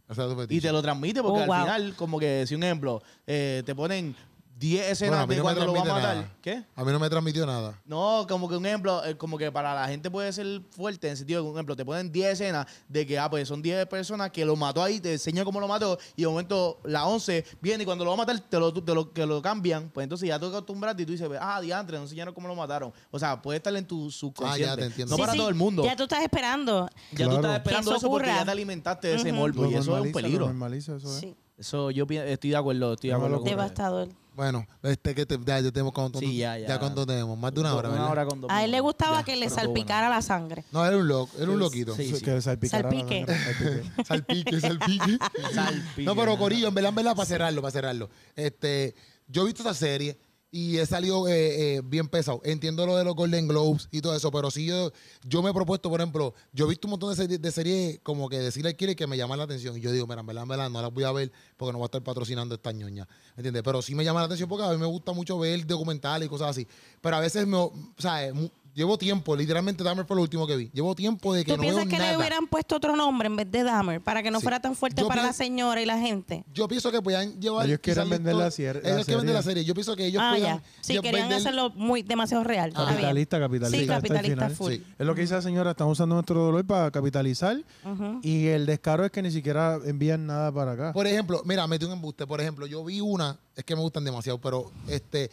ese es tu
Y
fetiche.
te lo transmite porque
Oh,
al
wow.
final, como que, si un ejemplo, eh, te ponen 10
Bueno,
escenas
a mí
de
no me
cuando lo va a
transmite
matar.
nada.
¿Qué?
A mí no me transmitió nada.
No, como que un ejemplo, eh, como que para la gente puede ser fuerte, en el sentido de que, un ejemplo, te ponen 10 escenas de que, ah, pues son 10 personas que lo mató ahí, te enseña cómo lo mató, y de momento la 11 viene y cuando lo va a matar te lo, te lo- que lo cambian, pues entonces ya tú acostumbraste y tú dices, ah, diantre, no enseñaron cómo lo mataron. O sea, puede estar en tu subconsciente.
Ah, ya te entiendo.
No
Sí,
para
sí,
todo el mundo.
Ya tú estás esperando.
Ya tú
Claro.
estás esperando
Que eso
eso porque
ocurra.
ya te alimentaste de ese
Ujú.
morbo
Lo
y eso es un
normaliza, lo
peligro.
normaliza, eso es.
Sí.
Eso yo pi- estoy de acuerdo, estoy de
Llámalo
acuerdo. con ustedes.
Devastador.
Bueno, este que te, ya, ya tenemos cuánto,
Sí, ya, ya.
cuánto tenemos, más de una hora, ¿verdad?
con dos
A él le
minutos.
gustaba
Ya,
que le
pero estuvo
salpicara la sangre.
No, era un loco, era un
Sí,
loquito.
sí.
Eso es que le salpicará la
Salpique.
sangre, salpique.
Salpique, salpique.
bueno. Salpique.
no, pero Corillo, en verdad, en verdad, para cerrarlo, para cerrarlo. Este, yo he visto esa serie y he salido eh, eh, bien pesado. Entiendo lo de los Golden Globes y todo eso, pero sí yo, yo me he propuesto, por ejemplo, yo he visto un montón de, series- de series como que decirle quiere que me llaman la atención. Y yo digo, mira, en verdad, en verdad, no las voy a ver porque no voy a estar patrocinando esta ñoña. ¿Me entiendes? Pero sí me llama la atención porque a mí me gusta mucho ver documentales y cosas así. Pero a veces me, o sea, mu- llevo tiempo, literalmente Dahmer fue lo último que vi. Llevo tiempo de que
¿Tú
no
piensas
veo
que
nada.
le hubieran puesto otro nombre en vez de Dahmer para que no
Sí.
fuera tan fuerte
Yo
para la
pienso-
señora y la gente?
Yo pienso que podían llevar.
Ellos quieren
quizás la
vender la
historia-
sier- la
Ellos quieren vender la
serie.
serie. Yo pienso que ellos
ah,
podían.
ya. Sí,
ellos
querían
vender-
hacerlo muy demasiado real. Está bien.
Capitalista, capitalista.
Sí,
hasta el
capitalista
final.
full.
Sí.
Es lo que dice la señora, están usando nuestro dolor para capitalizar y el descaro es que ni siquiera envían nada para acá.
Por ejemplo, mira, metí un embuste. Por ejemplo, yo vi una, es que me gustan demasiado, pero este,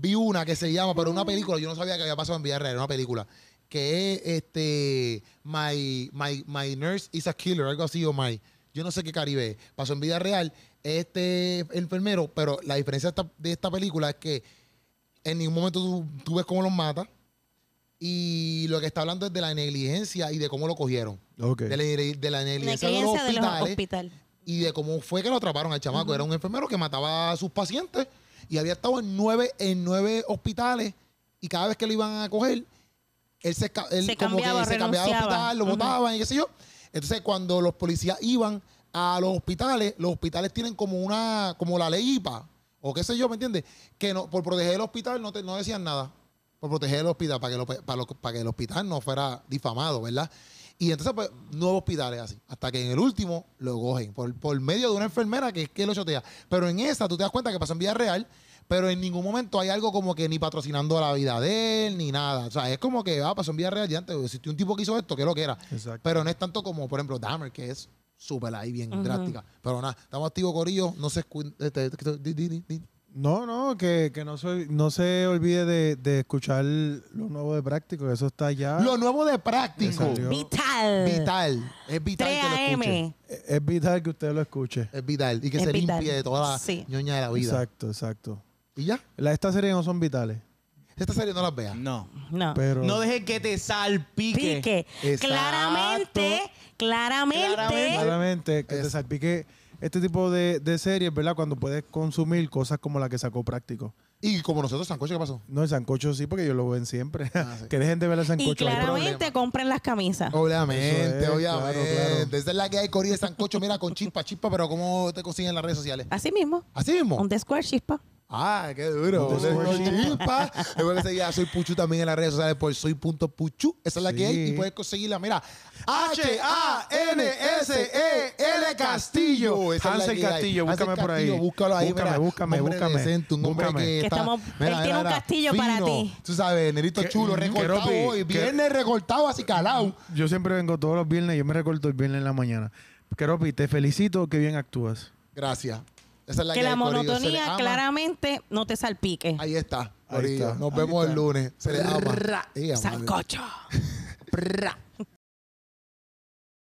vi una que se llama, pero una película, yo no sabía que había pasado en vida real, era una película, que es este, My, My, My Nurse is a Killer, algo así, o My, yo no sé qué Caribe, es. pasó en vida real, este enfermero, pero la diferencia de esta, de esta película es que en ningún momento tú, tú ves cómo los mata y lo que está hablando es de la negligencia y de cómo lo cogieron.
Ok.
De la, de la negligencia de los
Negligencia de los
hospitales
hospitales.
y de cómo fue que lo atraparon al chamaco. Era un enfermero que mataba a sus pacientes y había estado en nueve, en nueve hospitales y cada vez que lo iban a coger, él se, esca- él
Se
como
cambiaba,
que se cambiaba de
renunciaba.
hospital, lo
Ujú.
botaban y qué sé yo. Entonces, cuando los policías iban a los hospitales, los hospitales tienen como una, como la ley IPA, o qué sé yo, ¿me entiendes? Que no, por proteger el hospital no, te, no decían nada. Por proteger el hospital, para que, lo- para, lo- para que el hospital no fuera difamado, ¿verdad? Y entonces, pues, nuevos hospitales así. Hasta que en el último lo cogen por, por medio de una enfermera que es que lo chotea. Pero en esa, tú te das cuenta que pasó en vida real, pero en ningún momento hay algo como que ni patrocinando la vida de él, ni nada. O sea, es como que, ah, pasó en vida real y antes existió un tipo que hizo esto, que es lo que era.
Exacto.
Pero no es tanto como, por ejemplo, Dahmer, que es súper ahí, bien drástica. Pero nada, estamos activos, Corillo. No se escu- este, este, di- di- di- di-
No, no, que, que no, se, no se olvide de, de escuchar lo nuevo de práctico, que eso está ya.
Lo nuevo de práctico.
Ah. Exacto.
Vital.
Vital. Es vital que lo
3
escuchen.
AM.
Es Eh, es vital que usted lo escuche.
Es vital. Y que
Es
se
vital.
limpie de toda la
Sí.
ñoña de la vida.
Exacto, exacto.
Y ya.
La, estas series no son vitales,
Esta serie no las veas.
No.
Ah,
No.
pero.
No dejes que te salpique.
Pique.
Exacto.
Claramente, claramente,
Claramente.
Claramente, que te
Es-
salpique este tipo de, de series, ¿verdad? Cuando puedes consumir cosas como la que sacó práctico.
Y como nosotros, Sancocho, ¿qué pasó?
No, el sancocho sí, porque ellos lo ven siempre.
Ah, sí.
que dejen de ver el
y
sancocho. ahí.
claramente compren las camisas.
Oh. Obviamente,
Eso es,
obviamente.
claro, claro.
Esa es la que hay, Corillo de Sancocho. Mira, con chispa, chispa, pero ¿cómo te consiguen en las redes sociales?
Así mismo.
¿Así mismo?
Ah. Un The Square Chispa.
Ah, qué duro.
Entonces,
Con
soy
chispa. Después que seguir a Soy Puchu también en las redes sociales por soy.puchu. Esa es la que hay
Sí.
y puedes conseguirla. Mira,
E
H-A-N-S-E-L Castillo. Esa es la
Hansen
que hay.
Castillo,
Hansen
búscame por ahí.
Castillo, Búscalo ahí.
Búscame,
mira.
búscame,
Un hombre
búscame.
decente, un hombre
Búscame.
que
Que
está-
estamos- él tiene un castillo para
fino.
ti.
Tú sabes, Nerito
Que-
chulo,
que
recortado
Ropi,
hoy.
que-
Viernes recortado así calado.
Yo siempre vengo todos los viernes, yo me recorto el viernes en la mañana. Keropi, te felicito, que bien actúas.
Gracias. Esa es la
Que
que
la
hay, Corillo. Se les
monotonía
ama.
claramente no te salpique.
Ahí está,
Ahí está.
Corillo. Nos
Ahí
vemos el
está.
lunes. Se les ama. Ella, madre.
Sancocho.